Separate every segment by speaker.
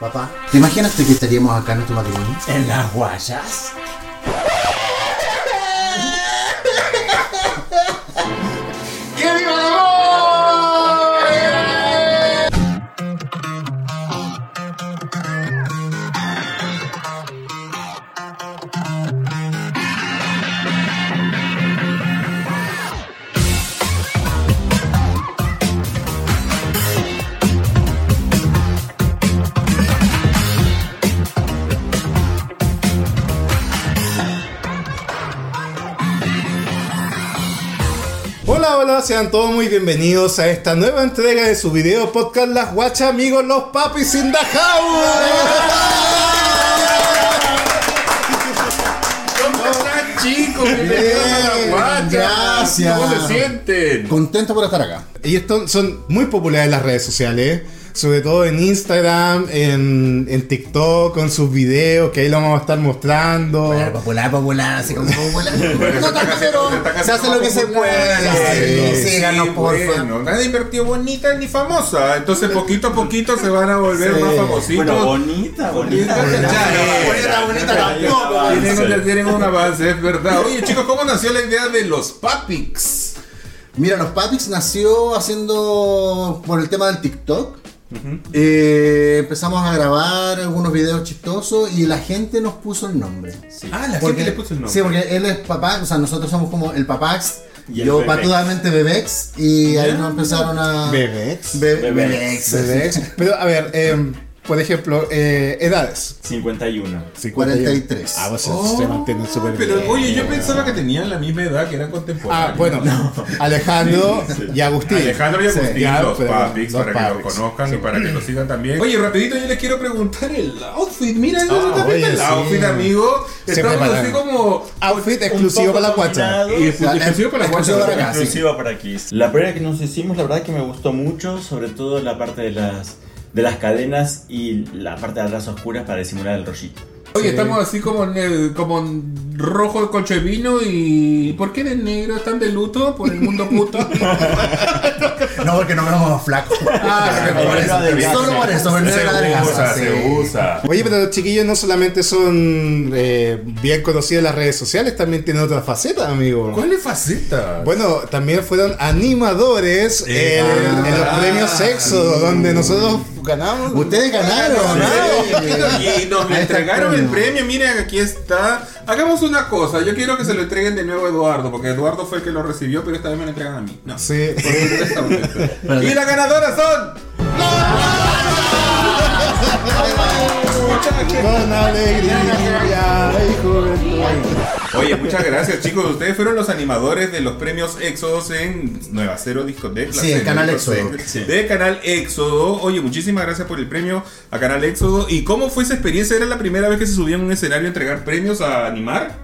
Speaker 1: Papá, ¿te imaginas que estaríamos acá en nuestro matrimonio?
Speaker 2: ¿En las guayas?
Speaker 1: ¡Que viva el amor!
Speaker 3: Hola, hola, sean todos muy bienvenidos a esta nueva entrega de su video podcast Las Guachas Amigos Los Papis in the
Speaker 2: ¿Cómo están, chicos? Bienvenidos a las
Speaker 3: Bien,
Speaker 2: guayas.
Speaker 3: gracias.
Speaker 2: ¿Cómo se sienten?
Speaker 1: Contento por estar acá.
Speaker 3: Y estos son muy populares en las redes sociales, sobre todo en Instagram, en, en TikTok, con sus videos que ahí lo vamos a estar mostrando.
Speaker 1: popular, popular, así como popular.
Speaker 2: No tanto, pero
Speaker 1: se hace lo que se puede.
Speaker 3: puede.
Speaker 1: Sí, síganos, por favor.
Speaker 4: bueno, nadie invirtió bonita ni famosa. Entonces, poquito a poquito se van a volver
Speaker 1: Sí.
Speaker 4: más
Speaker 2: Bueno,
Speaker 4: famositos.
Speaker 2: bonita, bonita.
Speaker 4: Bonita,
Speaker 2: ¿cachai?
Speaker 4: bonita,
Speaker 1: bonita tampoco.
Speaker 2: Ahí
Speaker 4: Tienen,
Speaker 2: está,
Speaker 4: una-
Speaker 2: avance.
Speaker 4: tienen un avance, es verdad. Oye, chicos, ¿cómo nació la idea de los Papix?
Speaker 1: Mira, los Papix nació haciendo por el tema del TikTok. Eh, empezamos a grabar algunos videos chistosos y la gente nos puso el nombre.
Speaker 4: Ah, la
Speaker 1: Porque-
Speaker 4: gente le puso el nombre.
Speaker 1: Sí, porque él es papá, o sea, nosotros somos como el papax,
Speaker 2: Y el
Speaker 1: yo
Speaker 2: bebex.
Speaker 1: patudamente bebex, y ahí nos empezaron a...
Speaker 3: Bebex.
Speaker 1: Be- bebex.
Speaker 2: Bebex.
Speaker 3: Bebex. Pero a ver, em, por ejemplo, eh, edades.
Speaker 2: 51.
Speaker 1: 43.
Speaker 3: Ah, vos
Speaker 4: Oh,
Speaker 3: se mantienen súper bien.
Speaker 4: Pero, oye, yo pensaba que tenían la misma edad, que eran contemporáneos.
Speaker 3: Ah, bueno, Alejandro y Agustín.
Speaker 4: Alejandro y
Speaker 3: Sí,
Speaker 4: Agustín,
Speaker 3: ya,
Speaker 4: los
Speaker 3: pero-
Speaker 4: Papix,
Speaker 3: los
Speaker 4: para que
Speaker 3: Papix.
Speaker 4: los conozcan y para que los sigan también. Oye, rapidito, yo les quiero preguntar el outfit. Mira, eso
Speaker 3: Ah,
Speaker 4: también
Speaker 3: oye,
Speaker 4: el
Speaker 3: sí.
Speaker 4: outfit, amigo.
Speaker 3: Se
Speaker 4: Estamos
Speaker 3: prepararon.
Speaker 4: así como.
Speaker 3: Outfit
Speaker 2: Un
Speaker 3: exclusivo
Speaker 2: poco
Speaker 3: para la guacha.
Speaker 2: dominado.
Speaker 4: Y exclu-
Speaker 1: sea,
Speaker 4: exclusivo para la
Speaker 1: exclusivo
Speaker 4: guacha,
Speaker 1: para acá.
Speaker 4: ¿verdad?
Speaker 1: sí.
Speaker 2: exclusiva para Kiss. La primera que nos hicimos, la verdad que me gustó mucho, sobre todo la parte de las de las cadenas y la parte de atrás oscura para disimular el rollito.
Speaker 4: Oye, estamos así como en el- como en rojo de coche de vino y. ¿Por qué de negro están de luto por el mundo puto?
Speaker 1: No, porque no vemos flacos.
Speaker 4: Ah, se
Speaker 1: por eso.
Speaker 2: usa,
Speaker 1: Solo por eso, por no era la grasa, sí.
Speaker 2: usa.
Speaker 3: Oye, pero los chiquillos no solamente son eh, bien conocidos en las redes sociales, también tienen otra faceta, amigo.
Speaker 4: ¿Cuál es faceta?
Speaker 3: Bueno, también fueron animadores
Speaker 4: Eh,
Speaker 3: en,
Speaker 4: ah,
Speaker 3: en los premios Sexo, donde nosotros ganamos.
Speaker 1: Ustedes ganaron, ¿no?
Speaker 4: Y nos
Speaker 1: Ahí está
Speaker 4: entregaron
Speaker 1: el
Speaker 4: el
Speaker 1: premio.
Speaker 4: premio, miren, aquí está. Hagamos una cosa, yo quiero que se lo entreguen de nuevo a Eduardo, porque Eduardo fue el que lo recibió, pero esta vez me lo entregan a mí. No.
Speaker 3: Sí.
Speaker 4: y las ganadoras son.
Speaker 3: Con alegría y juventud.
Speaker 4: Oye, muchas gracias chicos. Ustedes fueron los animadores de los premios Éxodos en Nueva Cero Discoteca.
Speaker 1: Sí, en Canal Éxodo.
Speaker 2: Sí.
Speaker 4: De Canal Éxodo. Oye, muchísimas gracias por el premio a Canal Éxodo. ¿Y cómo fue esa experiencia? ¿Era la primera vez que se subía a un escenario a entregar premios a animar?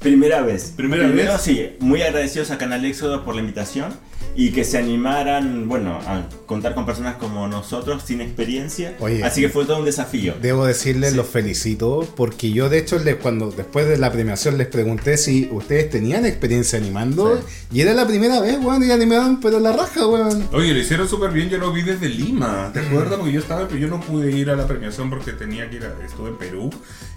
Speaker 2: Primera vez.
Speaker 4: ¿Primera
Speaker 2: Primero,
Speaker 4: vez?
Speaker 2: sí, muy agradecidos a Canal Éxodo por la invitación y que se animaran, bueno, a contar con personas como nosotros sin experiencia.
Speaker 3: Oye.
Speaker 2: Así que fue todo un desafío.
Speaker 3: Debo decirles, los felicito, porque yo de hecho les, cuando después de la premiación les pregunté si ustedes tenían experiencia animando, y era la primera vez, weón, y animaban, pero la raja, weón.
Speaker 4: Oye, lo hicieron súper bien, yo lo vi desde Lima, ¿te acuerdas? Porque yo estaba, pero yo no pude ir a la premiación porque tenía que ir a, estuve en Perú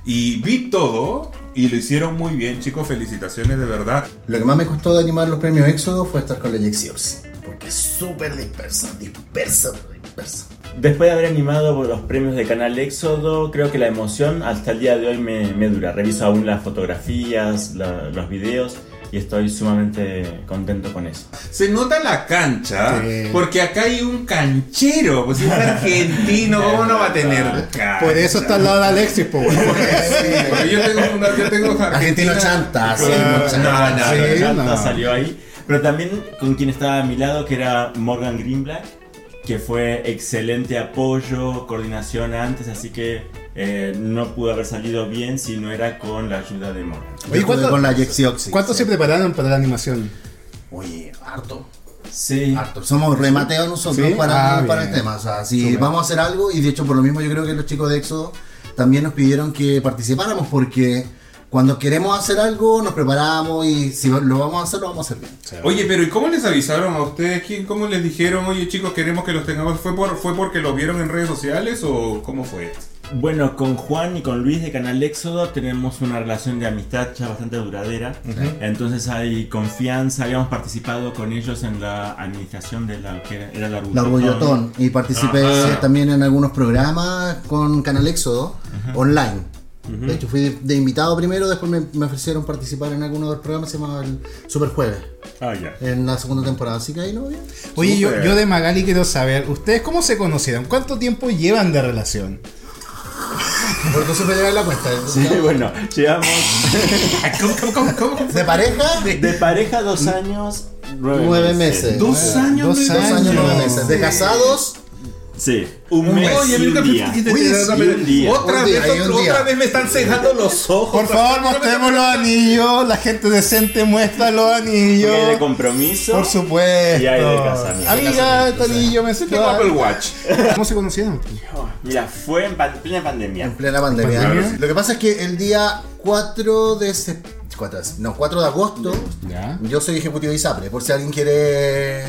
Speaker 4: y vi todo y lo hicieron muy bien, chicos, felicitaciones de verdad.
Speaker 1: Lo que más me costó de animar los premios Éxodo fue estar con la Jack Sears, Porque es súper disperso, disperso, disperso.
Speaker 2: Después de haber animado los premios de Canal Éxodo, creo que la emoción hasta el día de hoy me, me dura. Reviso aún las fotografías, la- los videos y estoy sumamente contento con eso.
Speaker 4: Se nota la cancha,
Speaker 3: Sí.
Speaker 4: porque acá hay un canchero, pues si es argentino, ¿cómo no va a tener cancha?
Speaker 3: Por eso está al lado de Alexis, po, weón.
Speaker 4: Porque yo tengo una, yo tengo
Speaker 1: Argentino
Speaker 4: Argentina-
Speaker 1: chanta, sí,
Speaker 4: Ah,
Speaker 1: mucha-
Speaker 4: no, no,
Speaker 3: sí.
Speaker 4: no.
Speaker 2: La chanta
Speaker 3: no.
Speaker 2: salió ahí. Pero también con quien estaba a mi lado, que era Morgan Greenblack, que fue excelente apoyo, coordinación antes, así que eh, no pudo haber salido bien si no era con la ayuda de Morgan.
Speaker 1: Yo estuve
Speaker 3: ¿cuánto-
Speaker 1: con la Jack Sears, sí.
Speaker 3: ¿Cuánto se prepararon para la animación?
Speaker 1: Oye, harto.
Speaker 2: Sí.
Speaker 1: Harto. Somos remateos nosotros
Speaker 3: ¿Sí?
Speaker 1: para,
Speaker 3: Ah,
Speaker 1: para el
Speaker 3: bien.
Speaker 1: tema. O sea, si
Speaker 3: Súper.
Speaker 1: vamos a hacer algo, y de hecho por lo mismo yo creo que los chicos de Éxodo también nos pidieron que participáramos porque cuando queremos hacer algo nos preparamos y si lo vamos a hacer, lo vamos a hacer bien.
Speaker 4: Oye, pero ¿y cómo les avisaron a ustedes? ¿Quién, ¿Cómo les dijeron, oye chicos, queremos que los tengamos? ¿Fue, por, ¿Fue porque lo vieron en redes sociales o cómo fue?
Speaker 2: Bueno, con Juan y con Luis de Canal Éxodo tenemos una relación de amistad ya bastante duradera. Entonces hay confianza. Habíamos participado con ellos en la administración de la que era la
Speaker 1: La Orgullotón. Y participé
Speaker 4: Ajá.
Speaker 1: también en algunos programas con Canal Éxodo online. De hecho, fui de, de invitado primero, después me, me ofrecieron participar en alguno de los programas, se llamaba el Super Jueves,
Speaker 4: Ah, ya.
Speaker 1: en la segunda temporada. Así que ahí no bien.
Speaker 3: Oye, yo,
Speaker 4: Súper.
Speaker 3: yo de Magali quiero saber, ¿ustedes cómo se conocieron? ¿Cuánto tiempo llevan de relación?
Speaker 1: Porque tú siempre llevas la cuenta.
Speaker 2: Sí, bueno, llevamos
Speaker 4: ¿Cómo, cómo, cómo, cómo? Mm.
Speaker 1: ¿De pareja?
Speaker 2: de pareja dos años, nueve,
Speaker 1: Nueve meses.
Speaker 4: Dos años,
Speaker 3: Dos
Speaker 4: nueve
Speaker 1: Dos años, nueve
Speaker 3: años.
Speaker 1: meses. De casados,
Speaker 2: Sí, un mes
Speaker 4: Oye,
Speaker 2: y
Speaker 4: mira,
Speaker 2: un día.
Speaker 4: fíjate,
Speaker 1: Uy,
Speaker 4: otra
Speaker 1: sí,
Speaker 4: vez-
Speaker 2: un día.
Speaker 4: Otra
Speaker 1: Un día,
Speaker 4: vez,
Speaker 1: y un
Speaker 4: otra-
Speaker 1: día.
Speaker 4: otra vez me están cegando los ojos.
Speaker 3: Por favor, mostremos los anillos. La gente decente muestra los
Speaker 2: Porque hay de
Speaker 3: anillos.
Speaker 2: compromiso.
Speaker 3: Por supuesto.
Speaker 2: Y hay de casamiento.
Speaker 3: Amiga, este anillo me siento
Speaker 4: Tengo Apple
Speaker 3: mal.
Speaker 4: Watch.
Speaker 3: ¿Cómo se conocieron?
Speaker 2: Mira, fue en pan- plena
Speaker 1: en
Speaker 2: pandemia.
Speaker 1: plena pandemia.
Speaker 4: Claro, sí.
Speaker 1: Lo que pasa es que el día 4 de sep- 4 de- no, 4 de agosto,
Speaker 3: Ya.
Speaker 1: yo soy ejecutivo de ISAPRE, por si alguien quiere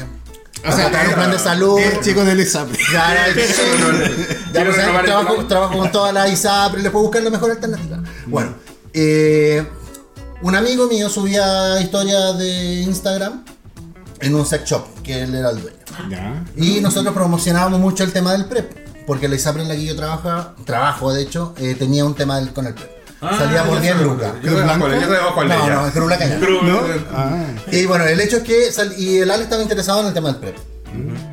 Speaker 3: O sea,
Speaker 1: contratar un
Speaker 4: era-
Speaker 1: plan de salud.
Speaker 3: El chico del ISAPRE.
Speaker 1: Ya, ya,
Speaker 4: Quiero
Speaker 1: pues,
Speaker 4: renovar el
Speaker 1: trabajo,
Speaker 4: plan.
Speaker 1: trabajo con todas las ISAPRE, les puedo buscar la mejor alternativa. Bueno, eh, un amigo mío subía historias de Instagram en un sex shop, que él era el dueño.
Speaker 3: Ya.
Speaker 1: Y nosotros promocionábamos mucho el tema del PrEP, porque la ISAPRE en la que yo trabaja, trabajo de hecho, eh, tenía un tema del- con el PrEP. Salíamos Ah, bien lucas.
Speaker 4: Ah, Yo trabajo con él, yo trabajo con él.
Speaker 1: No,
Speaker 4: ya.
Speaker 1: no, es Cruz La Cañada.
Speaker 4: Cruz,
Speaker 3: ¿No?
Speaker 4: eh,
Speaker 3: Ah.
Speaker 1: Y bueno, el hecho es que sal- y el Al estaba interesado en el tema del PrEP.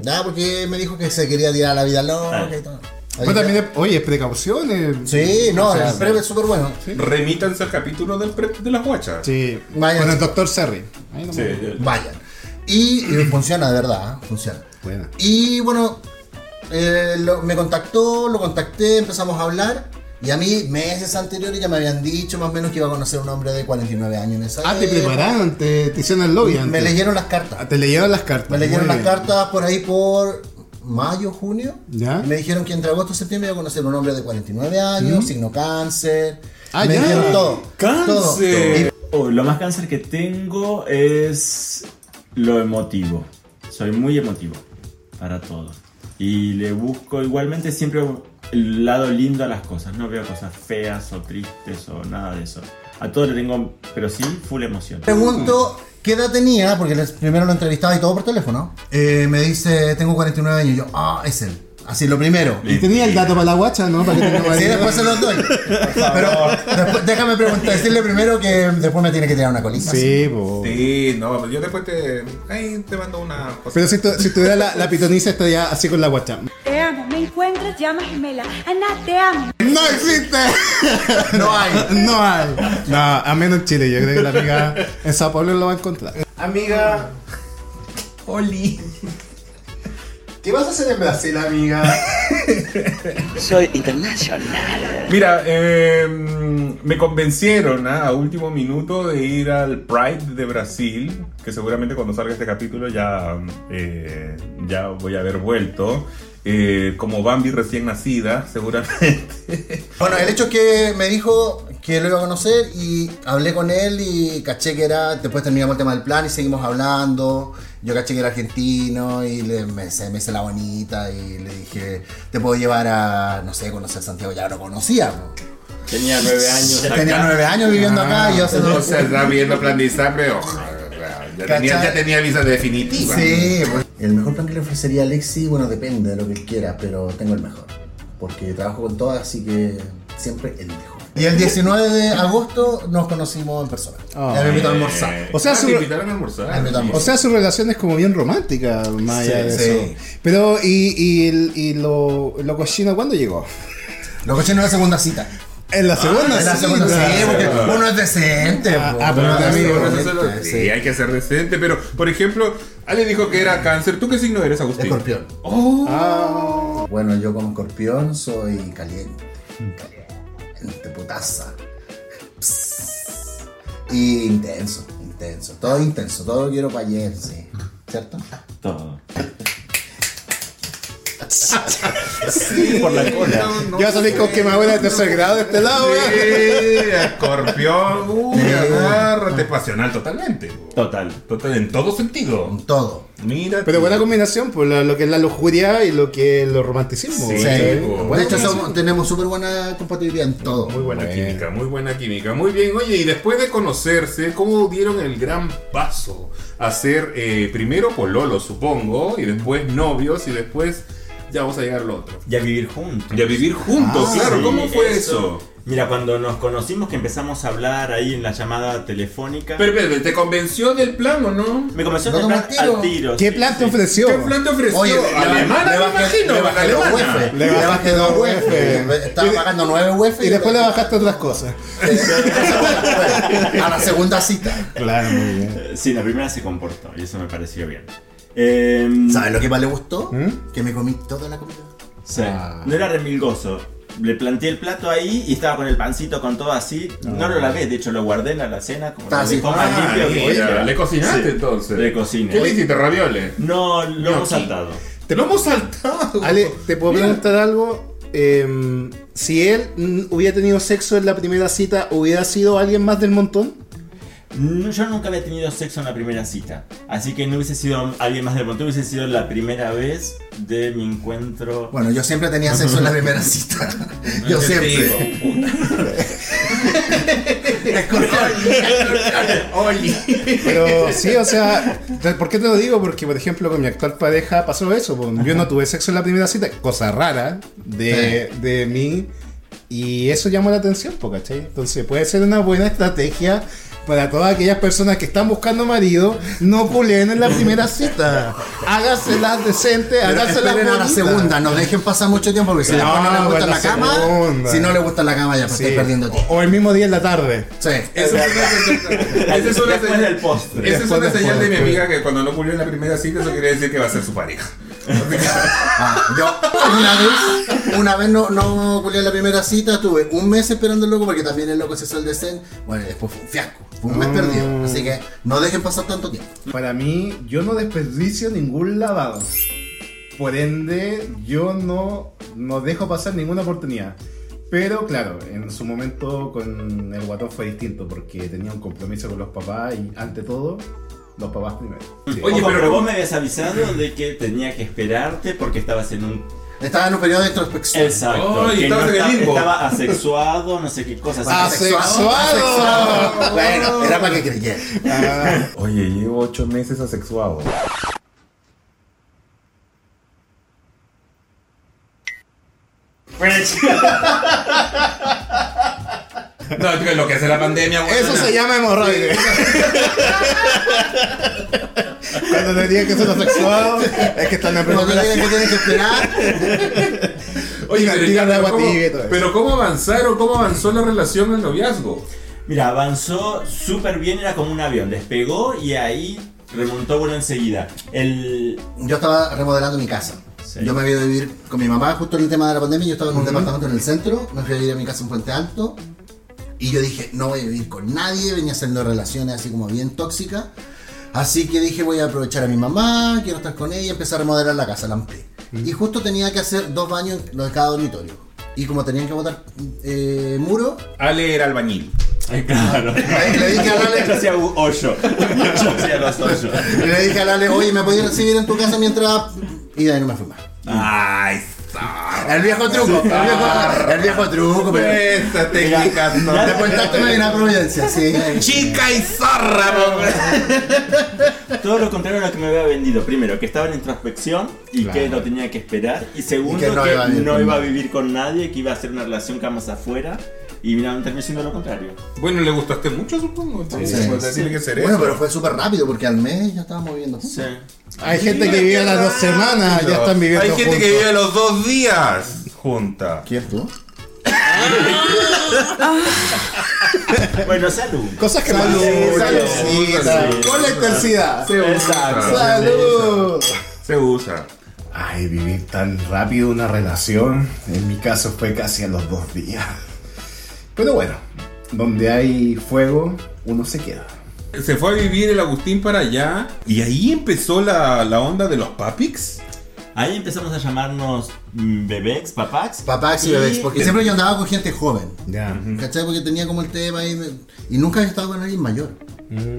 Speaker 1: ¿Ya? Porque me dijo que se quería tirar a la vida loca y todo. Ahí
Speaker 3: Pero
Speaker 1: ya.
Speaker 3: también, oye, precauciones.
Speaker 1: Sí, no,
Speaker 3: O sea,
Speaker 1: el PrEP es súper bueno.
Speaker 4: Remítanse al capítulo del prep de las guachas.
Speaker 3: Sí.
Speaker 1: Vaya.
Speaker 3: Con el doctor Serri. Ahí no
Speaker 4: Sí,
Speaker 3: me-
Speaker 4: eh,
Speaker 1: Vayan. Y, y funciona, de verdad, ¿eh? funciona.
Speaker 3: Buena.
Speaker 1: Y bueno, eh, lo- me contactó, lo contacté, empezamos a hablar. Y a mí, meses anteriores ya me habían dicho más o menos que iba a conocer a un hombre de 49 años en esa
Speaker 3: Ah, te
Speaker 1: época.
Speaker 3: prepararon, te, te hicieron el lobby antes.
Speaker 1: Me leyeron las
Speaker 3: Ah,
Speaker 1: cartas.
Speaker 3: Te leyeron las cartas.
Speaker 1: Me leyeron
Speaker 3: muy
Speaker 1: las
Speaker 3: bien.
Speaker 1: cartas por ahí por mayo, junio.
Speaker 3: ¿Ya?
Speaker 1: Y Me dijeron que entre agosto y septiembre iba a conocer un hombre de 49 años, signo cáncer.
Speaker 3: ¿Mm? Ah,
Speaker 1: me
Speaker 3: ya.
Speaker 1: dijeron todo. todo.
Speaker 4: ¡Cáncer!
Speaker 2: Oh, lo más cáncer que tengo es lo emotivo. Soy muy emotivo para todo. Y le busco igualmente siempre el lado lindo a las cosas. No veo cosas feas o tristes o nada de eso. A todo le tengo, pero sí, full emoción.
Speaker 1: Pregunto qué edad tenía, porque les- primero lo entrevistaba y todo por teléfono. Eh, me dice, tengo 49 años. Yo, ah, es él. Así, lo primero.
Speaker 3: Y tenía el dato para la guacha, ¿no? Para que tenga
Speaker 1: Sí,
Speaker 3: variedad.
Speaker 1: después se los doy. Pero después- déjame preguntar, decirle primero que después me tiene que tirar una colita.
Speaker 3: Sí, po.
Speaker 4: Sí, no, pues yo después te. Ahí te mando una cosa.
Speaker 3: Pero si, tu- si tuviera la, la pitoniza estaría así con la guacha.
Speaker 5: Te amo, me encuentras, llama gemela. Ana, te amo.
Speaker 3: ¡No existe!
Speaker 1: No hay.
Speaker 3: No hay. No, a menos en Chile. Yo creo que la amiga en Sao Paulo lo va a encontrar. Amiga,
Speaker 4: Oli.
Speaker 3: ¿qué vas a hacer en Brasil, amiga?
Speaker 6: Soy internacional.
Speaker 4: Mira, eh, me convencieron ah, a último minuto de ir al Pride de Brasil, que seguramente cuando salga este capítulo ya, eh, ya voy a haber vuelto. Eh, como Bambi recién nacida, seguramente.
Speaker 1: Bueno, el hecho es que me dijo que lo iba a conocer y hablé con él y caché que era, después terminamos el tema del plan y seguimos hablando, yo caché que era argentino y le, me, hice- me hice la bonita y le dije, te puedo llevar a, no sé, conocer Santiago, ya lo conocía. po.
Speaker 2: Tenía nueve años.
Speaker 1: Ya tenía nueve años viviendo acá y yo haciendo...
Speaker 4: está viendo plan de ISAPRE, ya,
Speaker 1: tenía- ya
Speaker 4: visa definitiva.
Speaker 1: Sí, pues. el mejor plan que le ofrecería a Alexi, bueno, depende de lo que él quiera, pero tengo el mejor. Porque trabajo con todas, así que siempre el mejor. Y el 19 de agosto nos conocimos en persona.
Speaker 3: Ah.
Speaker 1: Ya me invitó a almorzar.
Speaker 3: O sea,
Speaker 4: Ah,
Speaker 3: su-
Speaker 4: te invitaron a almorzar.
Speaker 1: Ah, me invitaron.
Speaker 3: O sea, su relación es como bien romántica, más allá
Speaker 1: Sí,
Speaker 3: de
Speaker 1: sí.
Speaker 3: eso. Pero, ¿y, y, el- y lo, lo cochino cuándo llegó?
Speaker 1: Lo coché en la segunda cita.
Speaker 3: En la segunda.
Speaker 1: Ah, En la
Speaker 3: cita.
Speaker 1: segunda cita, porque uno es decente.
Speaker 3: Ah,
Speaker 1: po.
Speaker 3: ah, pero
Speaker 1: Uno
Speaker 3: te
Speaker 1: es
Speaker 3: amigo,
Speaker 4: Bueno,
Speaker 1: decente,
Speaker 4: eso es lo-
Speaker 1: sí.
Speaker 4: Sí, hay que ser decente, pero por ejemplo, Ale dijo que era cáncer. ¿Tú qué signo eres, Agustín?
Speaker 1: Escorpión.
Speaker 4: Oh,
Speaker 1: Bueno, yo como escorpión soy caliente. Caliente, putaza. Psss. Y intenso, intenso. Todo intenso, todo lo quiero para ayer, sí. ¿Cierto?
Speaker 2: Todo.
Speaker 1: Sí,
Speaker 2: por la cola.
Speaker 3: Yo a salir con quemadura de tercer grado de este lado, weón.
Speaker 4: Sí, escorpión, uy,
Speaker 1: Sí.
Speaker 4: agárrate, pasional totalmente.
Speaker 2: Total.
Speaker 4: Total, en todo sentido.
Speaker 1: Con todo.
Speaker 4: Mira.
Speaker 3: Pero buena combinación, pues lo, lo que es la lujuria y lo que es el romanticismo.
Speaker 4: Sí,
Speaker 3: ¿cachai?
Speaker 4: po.
Speaker 3: Buena
Speaker 1: pues. de hecho,
Speaker 3: combinación.
Speaker 1: somos- tenemos súper buena compatibilidad en todo.
Speaker 4: Muy buena
Speaker 3: Bueno.
Speaker 4: química, muy buena química. Muy bien, oye, y después de conocerse, ¿cómo dieron el gran paso a ser eh, primero pololo, supongo, y después novios, y después ya vamos a llegar al otro?
Speaker 2: Y a vivir juntos.
Speaker 4: Y a vivir juntos,
Speaker 1: Ah,
Speaker 4: claro,
Speaker 2: Sí,
Speaker 4: ¿cómo fue eso?
Speaker 2: Mira, cuando nos conocimos que empezamos a hablar ahí en la llamada telefónica.
Speaker 4: Pero, pero, ¿te convenció del plan o no?
Speaker 2: me comenzó a
Speaker 1: No
Speaker 2: hablar
Speaker 1: tomas tiro.
Speaker 2: al tiro.
Speaker 3: ¿Qué
Speaker 2: sí,
Speaker 3: plan te
Speaker 2: sí.
Speaker 3: ofreció?
Speaker 4: ¿Qué plan te ofreció?
Speaker 1: Oye,
Speaker 4: alemana, me imagino,
Speaker 1: le
Speaker 4: la
Speaker 1: bajé dos
Speaker 4: alemana.
Speaker 1: UF.
Speaker 3: Le
Speaker 1: Le
Speaker 3: bajé
Speaker 1: bajé dos
Speaker 3: dos
Speaker 1: UF.
Speaker 3: UF.
Speaker 1: Estaba
Speaker 3: Y-
Speaker 1: pagando nueve UF.
Speaker 3: Y después le bajaste otras cosas.
Speaker 1: A la segunda cita.
Speaker 3: Claro, muy bien.
Speaker 2: Eh, Sí, la primera se comportó y eso me pareció bien. Em,
Speaker 1: ¿Sabes lo que más le gustó?
Speaker 3: ¿Mm?
Speaker 1: Que me comí toda la comida.
Speaker 2: sí,
Speaker 3: Ah.
Speaker 2: No era remilgoso. Le planteé el plato ahí y estaba con el pancito con todo así. No lo lavé, de hecho lo guardé en la alacena como
Speaker 1: Está
Speaker 2: lo
Speaker 1: así.
Speaker 2: dejó más
Speaker 4: Ah,
Speaker 2: limpio que-
Speaker 4: mira,
Speaker 2: Oye,
Speaker 4: le cocinaste
Speaker 2: sí,
Speaker 4: entonces.
Speaker 2: Le cociné.
Speaker 4: ¿Qué le hiciste, ravioles?
Speaker 2: No, lo hemos
Speaker 4: Gnocchi.
Speaker 2: saltado.
Speaker 4: Te lo hemos saltado.
Speaker 3: Ale, ¿te puedo
Speaker 4: Mira.
Speaker 3: preguntar algo? Eh, si él mm, hubiera tenido sexo en la primera cita, ¿hubiera sido alguien más del montón?
Speaker 2: No, Yo nunca había tenido sexo en la primera cita, así que no hubiese sido alguien más del montón, hubiese sido la primera vez de mi encuentro.
Speaker 1: Bueno, yo siempre tenía sexo en la primera cita. Yo
Speaker 4: Te digo,
Speaker 1: siempre.
Speaker 3: Pero sí, o sea, te- ¿por qué te lo digo? Porque, por ejemplo, con mi actual pareja pasó eso. po. Yo no tuve sexo en la primera cita, cosa rara de, de mí. Y eso llamó la atención, po, ¿cachai? Entonces puede ser una buena estrategia para todas aquellas personas que están buscando marido, no pulen en la primera cita. Hágaselas decente,
Speaker 1: Pero
Speaker 3: hágaselas
Speaker 1: esperen a la
Speaker 3: bonitas.
Speaker 1: segunda, no dejen pasar mucho tiempo porque si
Speaker 3: Claro,
Speaker 1: la no le gusta
Speaker 3: pues,
Speaker 1: la
Speaker 3: la
Speaker 1: cama,
Speaker 3: segunda.
Speaker 1: si no le gusta la cama ya pues,
Speaker 3: Sí.
Speaker 1: estáis perdiendo tiempo.
Speaker 3: o, o el mismo día en la tarde.
Speaker 1: Sí.
Speaker 4: Esa es una- esa es una
Speaker 2: Después
Speaker 4: señal-
Speaker 2: del postre.
Speaker 4: Esa es
Speaker 3: Después
Speaker 4: una
Speaker 3: del
Speaker 4: señal de mi
Speaker 3: postre.
Speaker 4: amiga que cuando no murió en la primera cita, eso quiere decir que va a ser su pareja.
Speaker 1: Ah, yo una vez, una vez no, no culié en la primera cita, tuve un mes esperando el loco porque también el loco se hizo el descent. Bueno, y después fue un fiasco, fue un mes
Speaker 3: Mm.
Speaker 1: perdido. Así que no dejen pasar tanto tiempo.
Speaker 3: Para mí, yo no desperdicio ningún lavado. Por ende, yo no, no dejo pasar ninguna oportunidad. Pero claro, en su momento con el guatón fue distinto porque tenía un compromiso con los papás y ante todo, los papás primero. Sí.
Speaker 4: Oye,
Speaker 2: Ojo,
Speaker 4: pero-
Speaker 2: pero, vos me habías avisado de que tenía que esperarte porque estabas en un.
Speaker 1: Estaba en un periodo de introspección.
Speaker 2: Exacto.
Speaker 4: Ay,
Speaker 2: que
Speaker 4: estabas en el
Speaker 2: estaba-
Speaker 4: limbo.
Speaker 2: estaba asexuado, no sé qué cosas.
Speaker 1: Ah, Asexuado. Bueno, era para que creyera.
Speaker 4: Oye, llevo ocho meses asexuado.
Speaker 2: Bueno, chicos,
Speaker 4: No, es que lo que hace la pandemia, güey.
Speaker 3: Eso se llama hemorroide. Cuando te digan que son asexuados, es que están en
Speaker 1: Pero tú digas
Speaker 3: primera
Speaker 1: que tienes que esperar.
Speaker 4: Oye,
Speaker 3: Digan-
Speaker 4: pero,
Speaker 3: digan
Speaker 4: ya,
Speaker 3: agua
Speaker 4: ¿cómo-
Speaker 3: tibia y todo eso.
Speaker 4: pero ¿cómo avanzaron? ¿Cómo avanzó la relación al noviazgo?
Speaker 2: Mira, avanzó súper bien, era como un avión. Despegó y ahí remontó bueno enseguida. El.
Speaker 1: Yo estaba remodelando mi casa.
Speaker 2: Sí.
Speaker 1: Yo me había ido a vivir con mi mamá justo en el tema de la pandemia. Yo estaba en un departamento en el centro. Me fui a vivir a mi casa en Puente Alto. Y yo dije, no voy a vivir con nadie. Venía haciendo relaciones así como bien tóxicas. Así que dije, voy a aprovechar a mi mamá. Quiero estar con ella. Empecé a remodelar la casa, la amplié. Y justo tenía que hacer dos baños en lo de cada dormitorio. Y como tenían que botar eh, muro,
Speaker 4: Ale era albañil.
Speaker 2: Ay, claro.
Speaker 1: le dije a Lale-
Speaker 2: Yo hacía un hoyo. Yo hacía los hoyos.
Speaker 1: Y le dije a Lale, oye, ¿me podías recibir en tu casa mientras...? Y de ahí no me fui más.
Speaker 4: Ay, está.
Speaker 1: El viejo truco, el viejo, el viejo truco, pero...
Speaker 4: Esta técnica no.
Speaker 1: De Puente Alto me vine a Providencia, sí.
Speaker 4: Chica y zorra, güey.
Speaker 2: Todo lo contrario a lo que me había vendido. Primero, que estaba en introspección y
Speaker 3: Claro.
Speaker 2: que no tenía que esperar. Y segundo,
Speaker 1: Y que
Speaker 2: que
Speaker 1: no
Speaker 2: no,
Speaker 1: iba a
Speaker 2: iba,
Speaker 1: vivir con
Speaker 2: a
Speaker 1: nadie.
Speaker 2: vivir con nadie, que iba a ser una relación camas afuera. Y mira, terminó siendo lo contrario.
Speaker 4: Bueno, le gustaste mucho, supongo. Entonces,
Speaker 1: Sí,
Speaker 4: pues,
Speaker 1: sí.
Speaker 4: tiene que ser
Speaker 1: Bueno,
Speaker 4: eso.
Speaker 1: pero fue súper rápido porque al mes ya estábamos viviendo.
Speaker 2: Sí.
Speaker 3: Hay gente que vive las dos semanas, ya están viviendo
Speaker 4: Hay gente
Speaker 3: juntos.
Speaker 4: que vive los dos días junta.
Speaker 1: ¿Quién tú?
Speaker 2: Bueno, salud.
Speaker 3: Cosas que
Speaker 1: Salud, salud,
Speaker 3: pasan. Saludcita.
Speaker 4: salud.
Speaker 3: Con la intensidad.
Speaker 4: Exacto.
Speaker 3: Salud.
Speaker 4: Se usa.
Speaker 3: Ay, vivir tan rápido una relación, en mi caso fue casi a los dos días. Pero bueno, donde hay fuego, uno se queda.
Speaker 4: Se fue a vivir el Agustín para allá y ahí empezó la, la onda de los papics.
Speaker 2: Ahí empezamos a llamarnos mm, Bebex, Papax.
Speaker 1: Papax y bebés, porque siempre yo andaba con gente joven.
Speaker 3: Ya.
Speaker 1: ¿Cachai? Porque tenía como el tema ahí me- y nunca he estado con alguien mayor.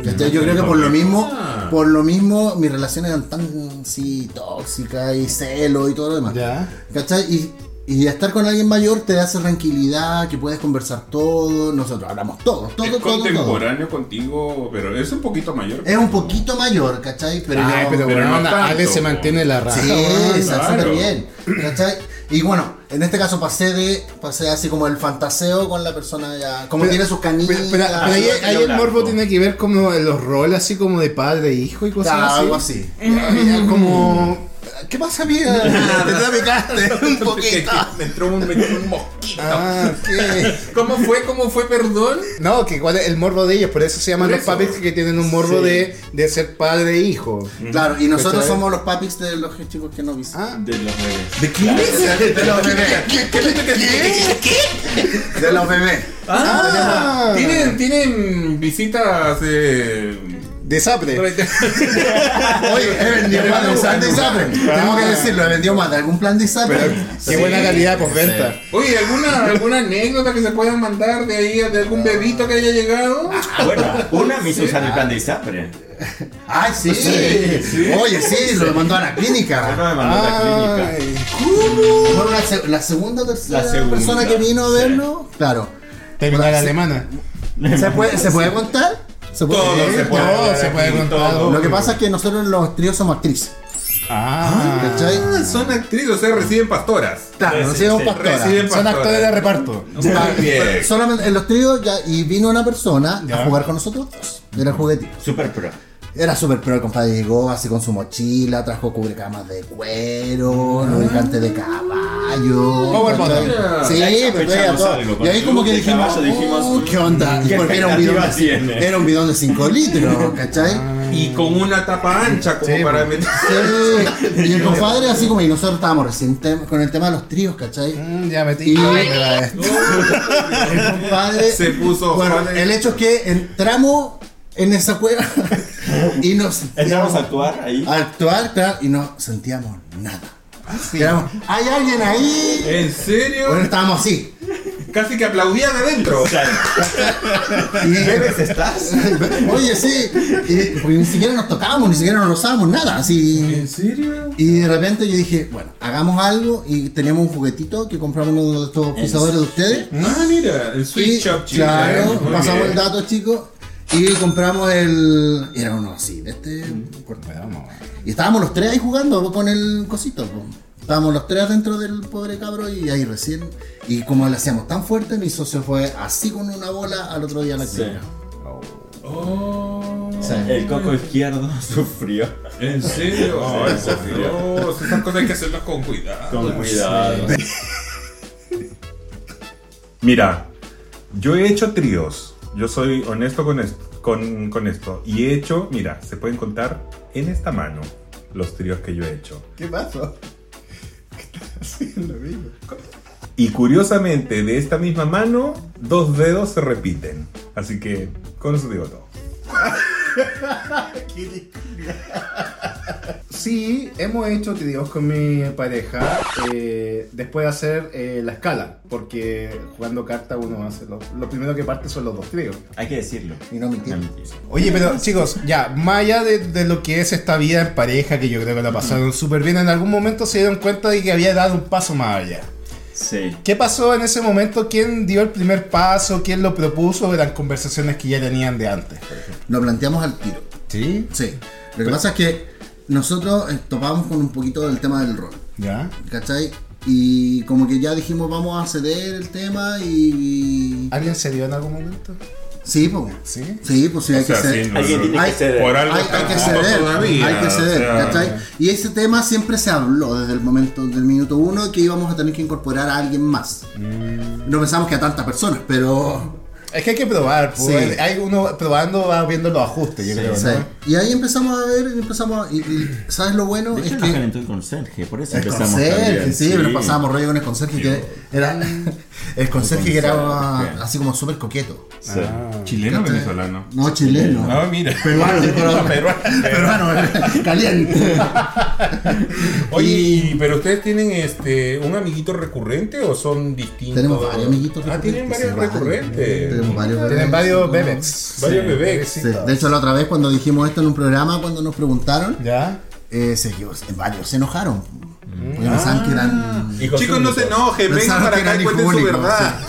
Speaker 1: ¿Cachai? Yo creo que por lo mismo, por lo mismo mis relaciones eran tan sí, tóxicas y celo y todo lo demás.
Speaker 3: Ya.
Speaker 1: ¿Cachai? Y, y estar con alguien mayor te da esa tranquilidad, que puedes conversar todo, nosotros hablamos todo, todo,
Speaker 4: Es
Speaker 1: todo, todo.
Speaker 4: contemporáneo contigo, pero es un poquito mayor.
Speaker 1: Es un poquito mayor, ¿cachai? Pero
Speaker 3: Ay,
Speaker 1: no-
Speaker 3: Ah, pero,
Speaker 4: pero
Speaker 3: bueno,
Speaker 4: no
Speaker 3: Ale
Speaker 4: tanto.
Speaker 3: se mantiene la raja.
Speaker 1: Sí,
Speaker 3: weón.
Speaker 1: está
Speaker 4: claro.
Speaker 1: súper bien. ¿cachai? Y bueno, en este caso pasé de. Pasé así como el fantaseo con la persona ya. Como
Speaker 3: Pero-
Speaker 1: tiene sus
Speaker 3: Pero,
Speaker 1: canillas.
Speaker 3: pero- pero ahí,
Speaker 2: Azul,
Speaker 3: ahí el
Speaker 2: blanco.
Speaker 3: morbo tiene que ver como en los roles así como de padre e hijo y cosas
Speaker 1: Claro,
Speaker 3: así.
Speaker 1: algo así.
Speaker 3: Ya, como ¿Qué pasa, amiga? Te trapicaste un
Speaker 4: Porque me entró un, me entró un mosquito.
Speaker 3: Ah, ok.
Speaker 4: ¿Cómo fue? ¿Cómo fue? Perdón.
Speaker 3: No, que igual es el morbo de ellos, por eso se llaman
Speaker 4: Por
Speaker 3: los
Speaker 4: eso.
Speaker 3: papis que tienen un morbo
Speaker 2: Sí.
Speaker 3: de, de ser padre e hijo.
Speaker 1: Claro, y nosotros
Speaker 3: ¿Cachai?
Speaker 1: somos los papis de los chicos que no visitan.
Speaker 3: Ah,
Speaker 2: De los bebés.
Speaker 1: ¿De quién? De los bebés. De los bebés.
Speaker 3: Ah.
Speaker 4: ¿Tienen, tienen visitas eh,
Speaker 3: desapre.
Speaker 1: Oye, he
Speaker 3: Ah,
Speaker 1: vendido más de un plan de ISAPRE. Tengo que decirlo, he vendido más de algún plan de ISAPRE.
Speaker 3: Qué buena calidad por venta.
Speaker 4: Oye, ¿alguna, ¿alguna anécdota que se puedan mandar de ahí, de algún bebito que haya llegado?
Speaker 2: Ah, Bueno, una me hizo usar el plan de ISAPRE.
Speaker 1: Ay, sí. Oye, sí, lo mandó a la clínica.
Speaker 2: Uno Ah, me mandó
Speaker 3: Ah.
Speaker 2: a la clínica.
Speaker 3: Ay.
Speaker 1: Bueno, la, se- la segunda o tercera
Speaker 2: La segunda,
Speaker 1: persona que vino a
Speaker 2: sí.
Speaker 1: vernos. Claro.
Speaker 3: Terminar alemana.
Speaker 1: ¿Se puede, ¿Se puede contar? ¿Se puede?
Speaker 4: Todo
Speaker 1: Eh,
Speaker 4: se puede
Speaker 1: no.
Speaker 4: hablar
Speaker 3: se
Speaker 4: aquí,
Speaker 3: puede contar.
Speaker 4: todo.
Speaker 1: Lo que pasa es que nosotros los tríos somos actrices.
Speaker 3: Ah,
Speaker 1: ¿Cachai?
Speaker 4: Ah, son actrices, o sea, reciben pastoras.
Speaker 1: Claro,
Speaker 2: Sí,
Speaker 1: nosotros
Speaker 2: sí,
Speaker 1: somos
Speaker 2: sí.
Speaker 1: pastoras.
Speaker 3: son
Speaker 4: Reciben pastoras.
Speaker 3: actores de reparto.
Speaker 1: Claro,
Speaker 4: Muy bien.
Speaker 1: pero ah. Solamente en los tríos ya, y vino una persona
Speaker 3: Ya.
Speaker 1: a jugar con nosotros. dos. Era juguetito.
Speaker 2: Super pro.
Speaker 1: Era súper pro el compadre. Llegó así con su mochila, trajo cubrecamas de cuero, lubricante de caballo.
Speaker 3: Power
Speaker 1: ¿cachai?
Speaker 4: bottom.
Speaker 1: Sí,
Speaker 2: Ya ahí
Speaker 1: pero era
Speaker 2: sospechamos
Speaker 1: todo.
Speaker 2: algo,
Speaker 1: Y
Speaker 2: porque
Speaker 1: ahí como que
Speaker 2: de
Speaker 1: dijimos,
Speaker 2: caballo dijimos,
Speaker 1: "Oh, ¿qué onda?
Speaker 2: ¿qué
Speaker 1: Porque era un bidón, de-
Speaker 2: expectativas tiene?
Speaker 1: era un bidón de 5 litros, ¿cachai?
Speaker 4: Y con una tapa ancha, como
Speaker 3: Sí, pues.
Speaker 4: para
Speaker 3: bueno.
Speaker 4: meter.
Speaker 1: Sí. Y el compadre así como, y nosotros estábamos recién tem- con el tema de los tríos, ¿cachai?
Speaker 3: Mm, ya metí.
Speaker 1: Y-
Speaker 3: Ay,
Speaker 1: El compadre...
Speaker 4: Se puso
Speaker 1: Bueno,
Speaker 4: Juan-
Speaker 1: el hecho es que entramos en esa cueva y nos...
Speaker 2: Entramos a actuar ahí.
Speaker 1: a actuar, claro, y no sentíamos nada. Éramos, ¿hay alguien ahí?
Speaker 4: ¿En serio?
Speaker 1: Bueno, estábamos así.
Speaker 4: Casi que aplaudían adentro.
Speaker 2: O sea,
Speaker 1: ¿Bebes estás? Oye, sí. Y, porque ni siquiera nos tocábamos, ni siquiera nos rozábamos, nada. Así.
Speaker 4: serio?
Speaker 1: Y de repente yo dije, bueno, hagamos algo y teníamos un juguetito que compramos uno de estos pisadores de ustedes.
Speaker 4: Ah, mira, el Sweet
Speaker 1: Y,
Speaker 4: Shop Chile. ¿eh?
Speaker 1: claro,
Speaker 4: Muy
Speaker 1: pasamos
Speaker 4: bien.
Speaker 1: el dato, chicos. Y compramos el. Era uno así, de este.
Speaker 4: Mm,
Speaker 3: Vamos.
Speaker 1: Y estábamos los tres ahí jugando con el cosito. po. Estábamos los tres dentro del pobre cabro y ahí recién. Y como lo hacíamos tan fuerte, mi socio fue así con una bola al otro día a la
Speaker 2: Sí.
Speaker 1: clínica.
Speaker 4: Oh,
Speaker 1: Sí.
Speaker 2: el coco izquierdo sufrió.
Speaker 4: ¿En serio? Ay, por Dios, esas cosas hay que hacerlas con cuidado.
Speaker 2: Con cuidado.
Speaker 4: Mira, yo he hecho tríos. Yo soy honesto con esto, con, con esto. Y he hecho, mira, se pueden contar en esta mano los tríos que yo he hecho.
Speaker 3: ¿Qué pasó? ¿Qué estás haciendo, amigo?
Speaker 4: Y curiosamente, de esta misma mano, dos dedos se repiten. Así que, con eso digo todo.
Speaker 3: Sí, hemos hecho tríos con mi pareja eh, después de hacer eh, la escala, porque jugando carta uno hace lo, lo primero que parte son los dos tríos.
Speaker 2: Hay que decirlo.
Speaker 1: Y no mentir.
Speaker 2: No mentir.
Speaker 3: Oye, pero chicos, ya, más allá de, de lo que es esta vida en pareja, que yo creo que la pasaron súper bien, en algún momento se dieron cuenta de que había dado un paso más allá.
Speaker 2: Sí.
Speaker 3: ¿Qué pasó en ese momento? ¿Quién dio el primer paso? ¿Quién lo propuso? Eran conversaciones que ya tenían de antes.
Speaker 1: Lo planteamos al tiro.
Speaker 3: ¿Sí?
Speaker 1: Sí. Lo que pasa es que nosotros eh, topábamos con un poquito del tema del rol.
Speaker 3: ¿Ya?
Speaker 1: ¿Cachai? Y como que ya dijimos, vamos a ceder el tema y.
Speaker 3: ¿Alguien se dio en algún momento?
Speaker 1: Sí, pues.
Speaker 3: ¿Sí?
Speaker 1: Sí, pues sí, hay que ceder.
Speaker 2: Alguien tiene
Speaker 1: Ay,
Speaker 2: que ceder.
Speaker 4: Por algo
Speaker 1: Hay, hay
Speaker 4: están
Speaker 1: que
Speaker 4: juntos
Speaker 1: ceder,
Speaker 4: todavía,
Speaker 1: hay que ceder,
Speaker 4: o sea,
Speaker 1: ¿cachai? Y ese tema siempre se habló desde el momento del minuto
Speaker 4: Mm.
Speaker 1: uno que íbamos a tener que incorporar a alguien más. No pensamos que a tantas personas, pero
Speaker 3: Es que hay que probar, pues.
Speaker 1: Sí.
Speaker 3: Hay uno probando va viendo los ajustes, yo
Speaker 2: Sí,
Speaker 3: creo,
Speaker 1: Sí.
Speaker 3: ¿no?
Speaker 1: Y ahí empezamos a ver, y empezamos a- y, y ¿sabes lo bueno?
Speaker 2: De hecho,
Speaker 1: es
Speaker 2: nos
Speaker 1: que
Speaker 2: calentó el conserje, por eso
Speaker 1: el
Speaker 2: empezamos
Speaker 1: conserje,
Speaker 2: también,
Speaker 1: sí, pero pasábamos rollo con el conserje que era el conserje que
Speaker 2: conserje.
Speaker 1: era así como súper coqueto.
Speaker 2: Sí.
Speaker 4: ¿Chileno o
Speaker 1: ¿Cachai?
Speaker 4: venezolano?
Speaker 1: No, chileno.
Speaker 4: Ah, mira.
Speaker 1: Peruano, peruano, peruano, caliente.
Speaker 7: Oye,
Speaker 1: Y-
Speaker 7: y- pero ustedes tienen este un amiguito recurrente o son distintos?
Speaker 1: Tenemos varios amiguitos.
Speaker 7: Ah, tienen
Speaker 1: recurrentes,
Speaker 7: varios
Speaker 1: sí, varios.
Speaker 7: recurrentes.
Speaker 1: Tenemos varios
Speaker 3: Tienen
Speaker 1: bebés,
Speaker 3: varios
Speaker 1: algunos-
Speaker 3: bebés.
Speaker 7: Varios bebés.
Speaker 1: Sí, De hecho, la otra vez cuando dijimos esto en un programa, cuando nos preguntaron,
Speaker 3: ¿Ya?
Speaker 1: eh, se, varios se enojaron. Porque
Speaker 7: Ah.
Speaker 1: pensaban que eran...
Speaker 7: Hijos
Speaker 4: Chicos, no se
Speaker 7: únicos.
Speaker 4: enojen, vengan
Speaker 1: Pensaron
Speaker 4: para
Speaker 1: que
Speaker 4: acá
Speaker 1: eran
Speaker 4: y cuenten su
Speaker 1: hijos
Speaker 4: verdad.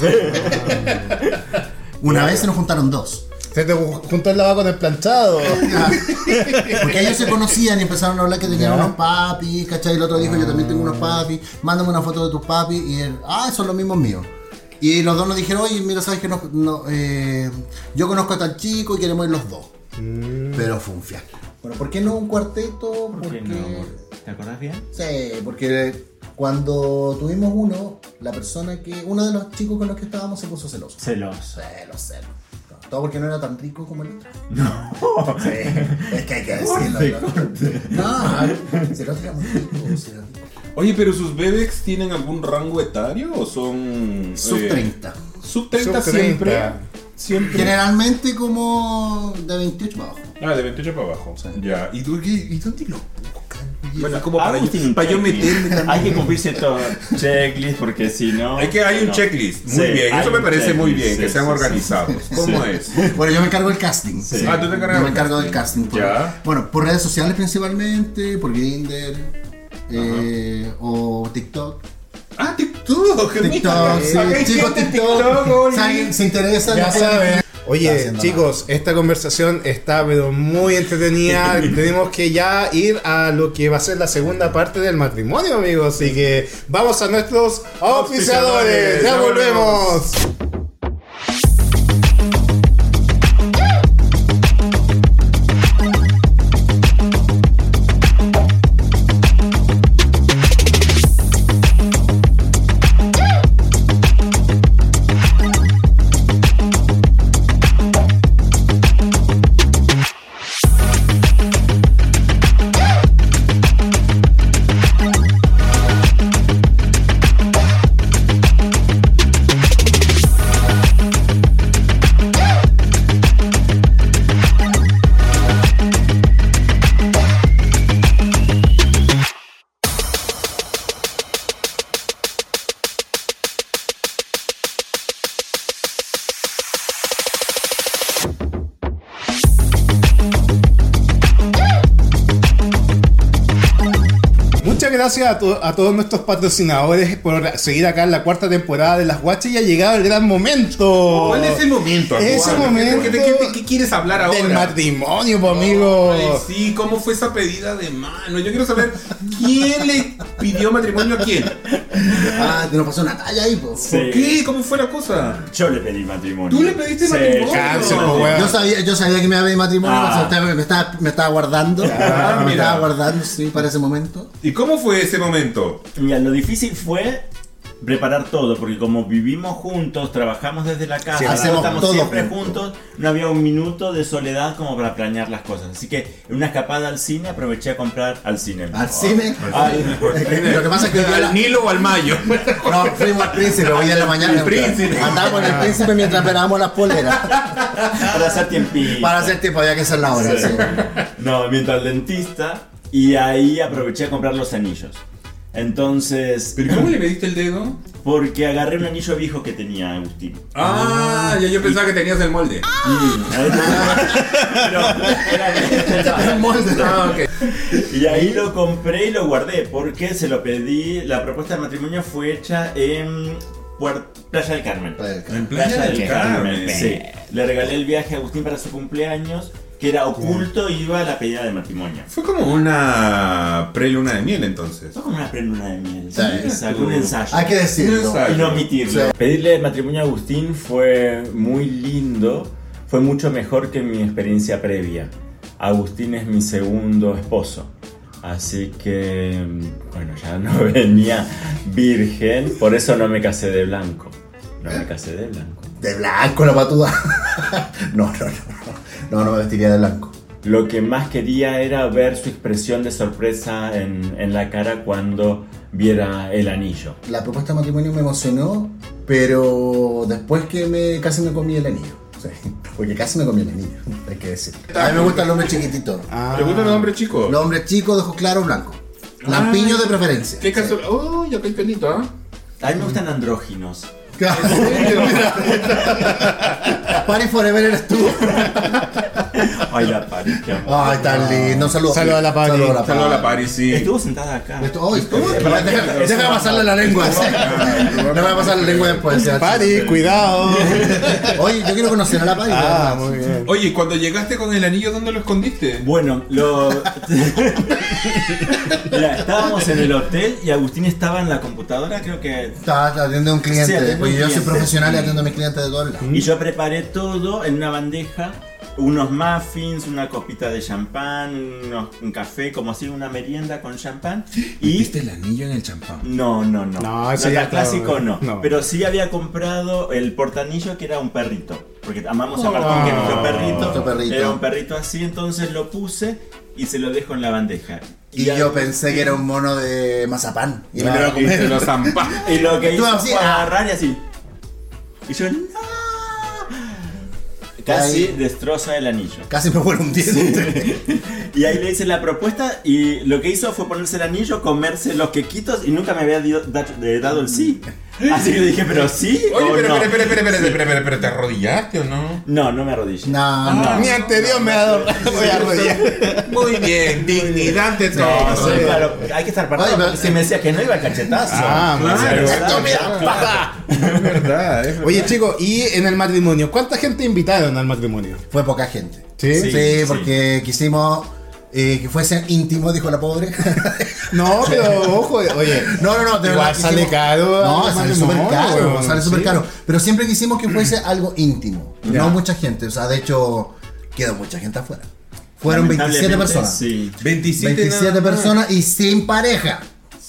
Speaker 1: Una vez se nos juntaron dos.
Speaker 3: Se te ju- juntó el lavado con el planchado.
Speaker 1: Porque ellos se conocían y empezaron a hablar que tenían
Speaker 3: Ya.
Speaker 1: unos papis, ¿cachai? El otro dijo, yo también tengo unos papis, mándame una foto de tus papis. Y él, ah, son los mismos míos. Y los dos nos dijeron, oye, mira, sabes que no, no, eh, yo conozco a tal chico y queremos ir los dos. Mm. Pero fue un fiasco. Bueno, ¿por qué no un cuarteto?
Speaker 2: ¿Por qué no, amor? ¿Te acordás bien?
Speaker 1: Sí, porque cuando tuvimos uno, la persona que, uno de los chicos con los que estábamos se puso celoso.
Speaker 2: Celoso.
Speaker 1: Celos, celos. Todo porque no era tan rico como el otro. Sí, es que hay que decirlo. No, no, se lo tira muy rico. se lo tira.
Speaker 7: Oye, pero sus bebés tienen algún rango etario o son
Speaker 1: Sub
Speaker 7: eh,
Speaker 1: 30.
Speaker 7: Sub 30
Speaker 3: Sub
Speaker 7: siempre.
Speaker 3: 30.
Speaker 7: Siempre.
Speaker 1: Generalmente como de 28 para abajo.
Speaker 7: Ah, de 28 para abajo. Ya. ¿Y, tú- y, y dónde lo buscan? Bueno, como para yo,
Speaker 2: Agustín,
Speaker 7: para yo meterme también.
Speaker 2: Hay que cumplir cierto checklist porque si no.
Speaker 7: Hay que hay un
Speaker 2: no.
Speaker 7: checklist. Muy
Speaker 2: Sí,
Speaker 7: bien.
Speaker 2: hay
Speaker 7: Eso me
Speaker 2: un
Speaker 7: parece muy
Speaker 2: checklist,
Speaker 7: bien,
Speaker 2: sí,
Speaker 7: que
Speaker 2: sí,
Speaker 7: sean
Speaker 2: sí,
Speaker 7: organizados. ¿Cómo
Speaker 2: Sí.
Speaker 7: es?
Speaker 1: Bueno, yo me encargo del casting.
Speaker 2: Sí.
Speaker 7: Ah, tú te
Speaker 1: Yo
Speaker 7: encargas.
Speaker 1: me encargo del casting. Por,
Speaker 7: Ya.
Speaker 1: Bueno, por redes sociales principalmente, por Grindr eh, o TikTok.
Speaker 7: Ah, TikTok. mira.
Speaker 1: TikTok, sí,
Speaker 7: Acá hay
Speaker 1: chicos
Speaker 7: gente en
Speaker 1: TikTok.
Speaker 7: Oli.
Speaker 1: Si alguien se interesa,
Speaker 3: Ya
Speaker 1: no-
Speaker 3: saben. ¿eh?
Speaker 1: Está
Speaker 3: Oye,
Speaker 1: haciendo
Speaker 3: chicos, esta conversación está pero muy entretenida. Tenemos que ya ir a lo que va a ser la segunda parte del matrimonio, amigos. Así que vamos a nuestros auspiciadores. Ya volvemos. Muchas gracias a, to- a todos nuestros patrocinadores por seguir acá en la cuarta temporada de Las Guachas y ha llegado el gran momento.
Speaker 7: ¿Cuál es el momento?
Speaker 3: Ese
Speaker 7: Juan?
Speaker 3: momento-
Speaker 7: ¿De qué, de qué quieres hablar ahora?
Speaker 3: Del matrimonio, pues, amigos.
Speaker 7: Ay, sí, ¿cómo fue esa pedida de mano? Yo quiero saber quién le pidió matrimonio a quién.
Speaker 1: Ah, te nos pasó una talla ahí, po.
Speaker 2: Sí.
Speaker 7: ¿Por qué? ¿Cómo fue la cosa?
Speaker 2: Yo le pedí matrimonio.
Speaker 7: ¿Tú le pediste matrimonio?
Speaker 1: pues,
Speaker 3: Cáncer, po,
Speaker 2: matrimonio.
Speaker 3: weón.
Speaker 1: Yo sabía, yo sabía que me iba a pedir matrimonio,
Speaker 2: Ah.
Speaker 1: o sea, usted me, me estaba, me estaba guardando. me
Speaker 7: Ah, mira.
Speaker 1: estaba guardando, sí, para ese momento.
Speaker 7: ¿Y cómo fue ese momento?
Speaker 2: Mira, lo difícil fue preparar todo, porque como vivimos juntos, trabajamos desde la casa,
Speaker 1: Sí, hacemos
Speaker 2: estamos
Speaker 1: todo
Speaker 2: siempre
Speaker 1: juntos.
Speaker 2: juntos, no había un minuto de soledad como para planear las cosas. Así que en una escapada al cine aproveché a comprar al cine.
Speaker 7: Ah,
Speaker 1: Al cine.
Speaker 7: pues,
Speaker 2: Ay,
Speaker 1: Lo que pasa es que hoy día la-
Speaker 7: ¿Al Nilo o al Mayo?
Speaker 1: no, fuimos al príncipe hoy día en la mañana.
Speaker 7: El príncipe.
Speaker 1: Andábamos en el príncipe mientras esperábamos las poleras.
Speaker 2: para hacer tiempito.
Speaker 1: Para hacer tiempo había que hacer la hora.
Speaker 2: Sí.
Speaker 1: sí.
Speaker 2: No, mientras al dentista y ahí aproveché a comprar los anillos. Entonces,
Speaker 7: ¿Pero cómo le pediste el dedo?
Speaker 2: porque agarré un anillo viejo que tenía Agustín.
Speaker 7: Ah, ya yo pensaba que tenías el molde.
Speaker 2: Ah, Pero era
Speaker 1: El molde.
Speaker 7: Ah, ok.
Speaker 2: Y ahí lo compré y lo guardé porque se lo pedí. La propuesta de matrimonio fue hecha en Puer- Playa del Carmen.
Speaker 1: Playa del Carmen.
Speaker 7: En Playa del Carmen.
Speaker 2: sí. Le regalé el viaje a Agustín para su cumpleaños, que era oculto y iba a la pedida de matrimonio.
Speaker 7: Fue como una preluna de miel entonces.
Speaker 2: Fue como una preluna de miel.
Speaker 1: Sí.
Speaker 2: Exacto, un ensayo.
Speaker 1: Hay que decirlo.
Speaker 7: Exacto.
Speaker 2: y no omitirlo. Pedirle matrimonio a Agustín fue muy lindo, fue mucho mejor que mi experiencia previa. Agustín es mi segundo esposo. Así que, mm, bueno, ya no venía virgen, por eso no me casé de blanco. No me casé de blanco.
Speaker 1: De blanco la patuda. no, no, no. No, no me vestiría de blanco.
Speaker 2: Lo que más quería era ver su expresión de sorpresa en, en la cara cuando viera el anillo.
Speaker 1: La propuesta de matrimonio me emocionó, pero después que me casi me comí el anillo. Sí, porque casi me comí el anillo, hay que decir. A mí me gustan los hombres chiquititos.
Speaker 3: Ah.
Speaker 4: ¿Te gustan los hombres chicos?
Speaker 1: Los hombres chicos, de ojos claros, blancos. Lampiños de preferencia.
Speaker 7: Ah.
Speaker 4: Qué casual. Uy, acá hay pelito, ¿ah?
Speaker 2: A mí me gustan andróginos.
Speaker 1: Party Forever eres tú.
Speaker 2: Ay, la pari, qué amor.
Speaker 1: Ay, tan lindo. Saludos.
Speaker 3: Saludos a la Pari.
Speaker 1: Saludos a la
Speaker 4: Saludos a la Paris, sí.
Speaker 2: Estuvo sentada acá.
Speaker 1: Esto- oh, esto- deja, deja pasarle la lengua. sí. No me va a pasar la lengua después. sí.
Speaker 3: Pari, cuidado.
Speaker 1: Oye, yo quiero conocer a la Pari.
Speaker 3: ah,
Speaker 1: además.
Speaker 3: muy bien.
Speaker 7: Oye, ¿y cuando llegaste con el anillo, ¿dónde lo escondiste?
Speaker 2: Bueno, lo. Mira, estábamos en el hotel y Agustín estaba en la computadora, creo que.
Speaker 1: Estaba atendiendo a un
Speaker 2: Sí,
Speaker 1: cliente.
Speaker 2: atiendo
Speaker 1: Porque
Speaker 2: un
Speaker 1: yo soy
Speaker 2: cliente.
Speaker 1: profesional y atiendo a mis clientes de todos lados.
Speaker 7: Mm.
Speaker 2: Y yo preparé todo en una bandeja: unos muffins, una copita de champán, unos- un café, como así, una merienda con champán. Y.
Speaker 7: el anillo en el champán?
Speaker 2: No, no, no.
Speaker 3: No, eso ya
Speaker 2: era clásico, no.
Speaker 3: estaba- no.
Speaker 2: Pero sí había comprado el portanillo que era un perrito. Porque amamos a Martín,
Speaker 3: Oh,
Speaker 2: que nos dio
Speaker 1: nuestro
Speaker 2: perrito.
Speaker 1: perrito.
Speaker 2: Era un perrito así, entonces lo puse y se lo dejo en la bandeja.
Speaker 1: Y
Speaker 2: a-
Speaker 1: yo pensé que era un mono de mazapán. Y me lo iba a
Speaker 4: Y
Speaker 1: comer.
Speaker 4: se lo zampa.
Speaker 2: Y lo que
Speaker 1: Tú
Speaker 2: hizo
Speaker 1: así,
Speaker 2: fue
Speaker 1: ah.
Speaker 2: agarrar y así. Y yo, no. Casi destroza el anillo.
Speaker 1: Casi me vuelvo un diente.
Speaker 2: Y ahí le hice la propuesta y lo que hizo fue ponerse el anillo, comerse los quequitos y nunca me había dio- da- eh, dado el sí. Así que le dije, pero sí.
Speaker 7: Oye,
Speaker 2: o
Speaker 7: pero,
Speaker 2: no?
Speaker 7: pero, pero, pero, pero, pero, pero, pero, ¿te arrodillaste o no?
Speaker 2: No, no me arrodillé.
Speaker 1: No, no.
Speaker 3: Ni ante Dios me ador- voy a arrodillar.
Speaker 7: Muy bien, dignidad de
Speaker 2: No,
Speaker 7: todo.
Speaker 2: sí, claro, hay que estar parado.
Speaker 1: Oye, pero-
Speaker 2: porque si me decía que no iba al cachetazo.
Speaker 3: Ah,
Speaker 2: Claro,
Speaker 4: claro.
Speaker 2: claro.
Speaker 4: Es verdad, es verdad.
Speaker 3: Oye, chicos, y en el matrimonio, ¿cuánta gente invitaron al matrimonio?
Speaker 1: Fue poca gente.
Speaker 3: ¿Sí?
Speaker 1: Sí,
Speaker 2: Sí,
Speaker 1: porque quisimos eh, que fuesen íntimos, dijo la pobre.
Speaker 3: No, pero ojo, oye.
Speaker 1: no, no, no, de
Speaker 3: Igual
Speaker 1: verdad.
Speaker 3: sale
Speaker 1: quisimos-
Speaker 3: caro
Speaker 1: No,
Speaker 3: al
Speaker 1: sale
Speaker 3: matrimonio,
Speaker 1: súper caro,
Speaker 3: weón,
Speaker 1: sale
Speaker 3: sí.
Speaker 1: súper caro. Pero siempre quisimos que fuese algo íntimo.
Speaker 4: Ya.
Speaker 1: No mucha gente. O sea, de hecho, quedó mucha gente afuera. Fueron 27
Speaker 2: Lamentablemente,
Speaker 1: personas.
Speaker 2: Sí.
Speaker 7: 27,
Speaker 1: 27
Speaker 7: nada más.
Speaker 1: personas y sin pareja.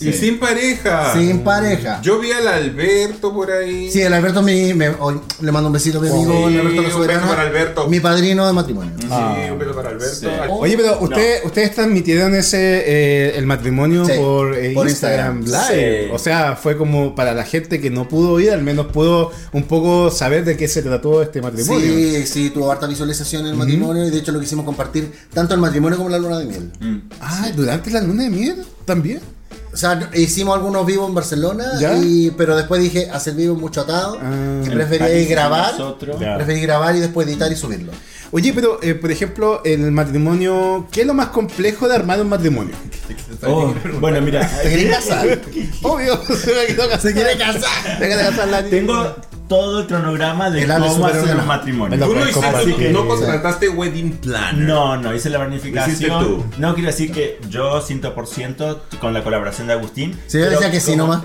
Speaker 7: Y sin pareja.
Speaker 1: Sin pareja.
Speaker 7: Ah. Yo vi al Alberto por ahí.
Speaker 1: Sí, el Alberto mi, me- hoy le mando un besito a mi amigo,
Speaker 7: Oh, Sí,
Speaker 1: el Alberto
Speaker 7: un beso
Speaker 1: Soberano,
Speaker 7: para Alberto.
Speaker 1: mi padrino de matrimonio.
Speaker 7: Sí, un pelo para Alberto.
Speaker 2: Sí.
Speaker 7: Al-
Speaker 3: Oye, pero usted, ustedes transmitieron ese eh, el matrimonio
Speaker 1: Sí,
Speaker 3: por, eh,
Speaker 1: por
Speaker 3: Instagram,
Speaker 1: Instagram.
Speaker 3: Live.
Speaker 2: Sí.
Speaker 3: O sea, fue como para la gente que no pudo ir, al menos pudo un poco saber de qué se trató este matrimonio.
Speaker 1: Sí, sí, tuvo harta visualización el matrimonio y de hecho lo quisimos compartir tanto el matrimonio como la luna de miel.
Speaker 3: Ah, durante la luna de miel también.
Speaker 1: O sea, hicimos algunos vivos en Barcelona,
Speaker 3: ¿Ya?
Speaker 1: y- pero después dije hacer vivo mucho atado
Speaker 3: Ah.
Speaker 1: y
Speaker 2: En
Speaker 1: preferí
Speaker 2: París,
Speaker 1: grabar,
Speaker 2: nosotros.
Speaker 3: Ya.
Speaker 1: preferí grabar y después editar y subirlo.
Speaker 3: Oye, pero eh, por ejemplo, el matrimonio, ¿qué es lo más complejo de armar un matrimonio?
Speaker 2: Oh, bueno, mira,
Speaker 1: ¿Te querés casar?
Speaker 3: Obvio, se me quedó casar.
Speaker 1: ¿Te querés casar?
Speaker 3: Se me quedó casar la
Speaker 2: tengo todo el cronograma de
Speaker 1: El Ale
Speaker 2: cómo hacer
Speaker 1: Superman.
Speaker 2: un matrimonio.
Speaker 3: Lo
Speaker 7: Tú no
Speaker 3: puedes
Speaker 7: hiciste,
Speaker 3: compartir.
Speaker 7: no- no contrataste wedding planner.
Speaker 2: No, no, hice la
Speaker 7: Lo hiciste
Speaker 2: planificación.
Speaker 7: tú.
Speaker 2: No quiero decir que yo 100% con la colaboración de Agustín.
Speaker 1: Sí, yo
Speaker 2: pero
Speaker 1: decía que sí
Speaker 2: como-
Speaker 1: nomás.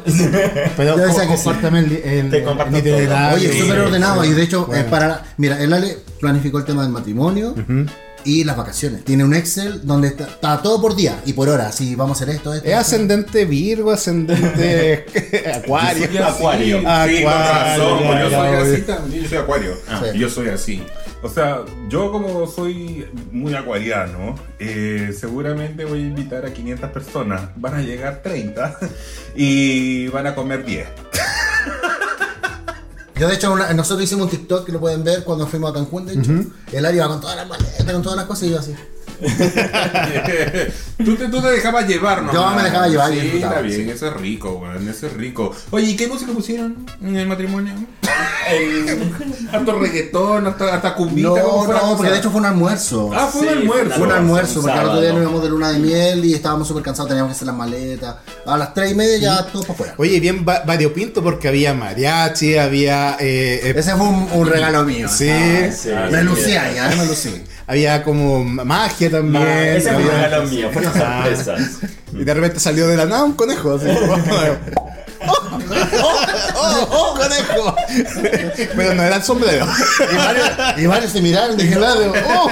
Speaker 3: Pero
Speaker 1: Yo decía
Speaker 3: co-
Speaker 1: que sí.
Speaker 3: compártame el, el-
Speaker 2: Te comparto
Speaker 3: el
Speaker 2: todo.
Speaker 3: itinerario.
Speaker 1: Oye,
Speaker 2: sí,
Speaker 1: súper ordenado. Y de hecho,
Speaker 3: Ah, Bueno.
Speaker 1: es para. Mira, el Ale planificó el tema del matrimonio y las vacaciones. Tiene un Excel donde está, está todo por día y por hora. Si vamos a hacer esto, esto.
Speaker 3: Es ascendente Virgo, ascendente Acuario. Ah,
Speaker 7: Yo soy así.
Speaker 2: Acuario.
Speaker 1: Ah,
Speaker 7: Sí, con razón, pues,
Speaker 3: Acuario,
Speaker 7: yo
Speaker 3: ya,
Speaker 7: soy
Speaker 3: ya,
Speaker 7: así
Speaker 3: ya.
Speaker 7: también, yo soy acuario.
Speaker 1: Sí.
Speaker 7: Y yo soy así. O sea, yo como soy muy acuariano, eh, seguramente voy a invitar a 500 personas. Van a llegar 30 y van a comer 10.
Speaker 1: Yo, de hecho, una- nosotros hicimos un TikTok que lo pueden ver cuando fuimos a Cancún. De hecho, el Ale iba con todas las maletas, con todas las cosas y yo así.
Speaker 7: tú, te, tú te dejabas llevar, ¿no?
Speaker 1: Yo me dejaba llevar y
Speaker 7: Sí,
Speaker 1: disfrutaba,
Speaker 7: está bien,
Speaker 1: sí.
Speaker 7: eso es rico, weón, eso es rico. Oye, ¿y qué música pusieron en el matrimonio? harto reggaetón, hasta, hasta cumbita.
Speaker 1: No,
Speaker 7: ¿cómo fue la
Speaker 1: no,
Speaker 7: cosa?
Speaker 1: porque de hecho fue un almuerzo.
Speaker 7: Ah, fue
Speaker 2: Sí,
Speaker 7: un almuerzo.
Speaker 1: Fue un almuerzo,
Speaker 2: un
Speaker 1: porque al otro día nos
Speaker 2: sábado. Ah,
Speaker 1: íbamos de luna de miel y estábamos súper cansados, teníamos que hacer las maletas. A las 3 y media ya todo para afuera.
Speaker 3: Oye, bien va- variopinto porque había mariachi, había eh, eh,
Speaker 1: Ese fue un, un regalo mío.
Speaker 3: sí,
Speaker 2: Ah, sí.
Speaker 1: Me lucía ya, me lucía.
Speaker 3: había como magia también.
Speaker 2: Ma, Ese fue un
Speaker 3: había-
Speaker 2: regalo mío, fueron
Speaker 3: Ah.
Speaker 2: sorpresas.
Speaker 3: Y de repente salió de la nada un conejo. Así, como- ¡Oh! ¡Oh! ¡Oh! ¡Conejo! Pero no era el sombrero.
Speaker 1: Y varios, y varios se miraron, dije, claro, oh,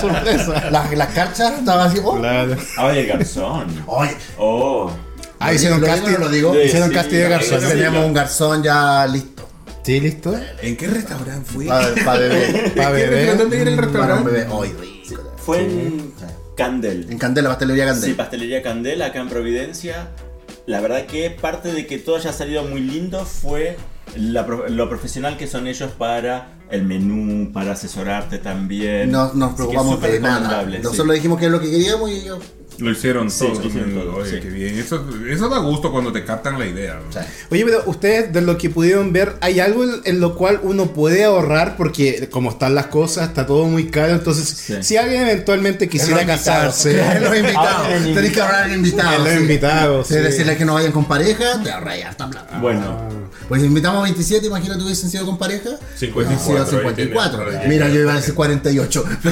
Speaker 3: Sorpresa.
Speaker 1: las, las carchas estaban así, oh.
Speaker 3: Claro.
Speaker 2: Ahora el Ah, garzón.
Speaker 1: Oye,
Speaker 2: Oh.
Speaker 3: Ah, hicieron
Speaker 1: ¿Lo digo o
Speaker 3: casting.
Speaker 1: no lo digo?
Speaker 3: Hicieron
Speaker 2: Sí,
Speaker 3: casting de
Speaker 2: sí,
Speaker 3: garzón.
Speaker 2: sí,
Speaker 1: teníamos un garzón ya listo.
Speaker 3: Sí, listo.
Speaker 4: ¿En qué restaurante fui?
Speaker 1: Para beber.
Speaker 3: Para
Speaker 4: ¿Qué
Speaker 3: beber.
Speaker 4: restaurante era el
Speaker 1: Para un
Speaker 4: restaurante?
Speaker 1: bebé. Hoy, rico.
Speaker 2: Fue en Candel.
Speaker 1: En Candela, pastelería
Speaker 2: Sí,
Speaker 1: Candela.
Speaker 2: pastelería Candel acá en Providencia. La verdad que parte de que todo haya salido muy lindo fue la pro- lo profesional que son ellos para el menú, para asesorarte también.
Speaker 1: No nos preocupamos de nada. Nosotros le dijimos que es lo que queríamos y ellos.
Speaker 4: Lo hicieron
Speaker 2: Sí,
Speaker 4: todo.
Speaker 2: lo hicieron todo,
Speaker 4: Oye,
Speaker 2: sí.
Speaker 4: qué bien. Eso, eso da gusto cuando te captan la idea. ¿no?
Speaker 1: O sea,
Speaker 3: Oye, pero ustedes, de lo que pudieron ver, ¿hay algo en, en lo cual uno puede ahorrar? Porque como están las cosas, está todo muy caro. Entonces,
Speaker 2: Sí.
Speaker 3: si alguien eventualmente quisiera casarse,
Speaker 1: Es los invitados.
Speaker 2: Ahora el
Speaker 1: Tenés que hablar al invitado.
Speaker 3: a los
Speaker 1: sí.
Speaker 3: invitados.
Speaker 1: Sí,
Speaker 3: sí.
Speaker 1: decirles que no vayan con pareja, te ahorras harta plata.
Speaker 2: Bueno,
Speaker 3: Ah.
Speaker 1: Pues si invitamos a 27, imagínate hubiesen sido con pareja.
Speaker 4: 54,
Speaker 1: Hubiesen sido
Speaker 4: ahí tiene-
Speaker 1: 54.
Speaker 4: ahí tiene-
Speaker 1: Mira, yo iba a decir 48.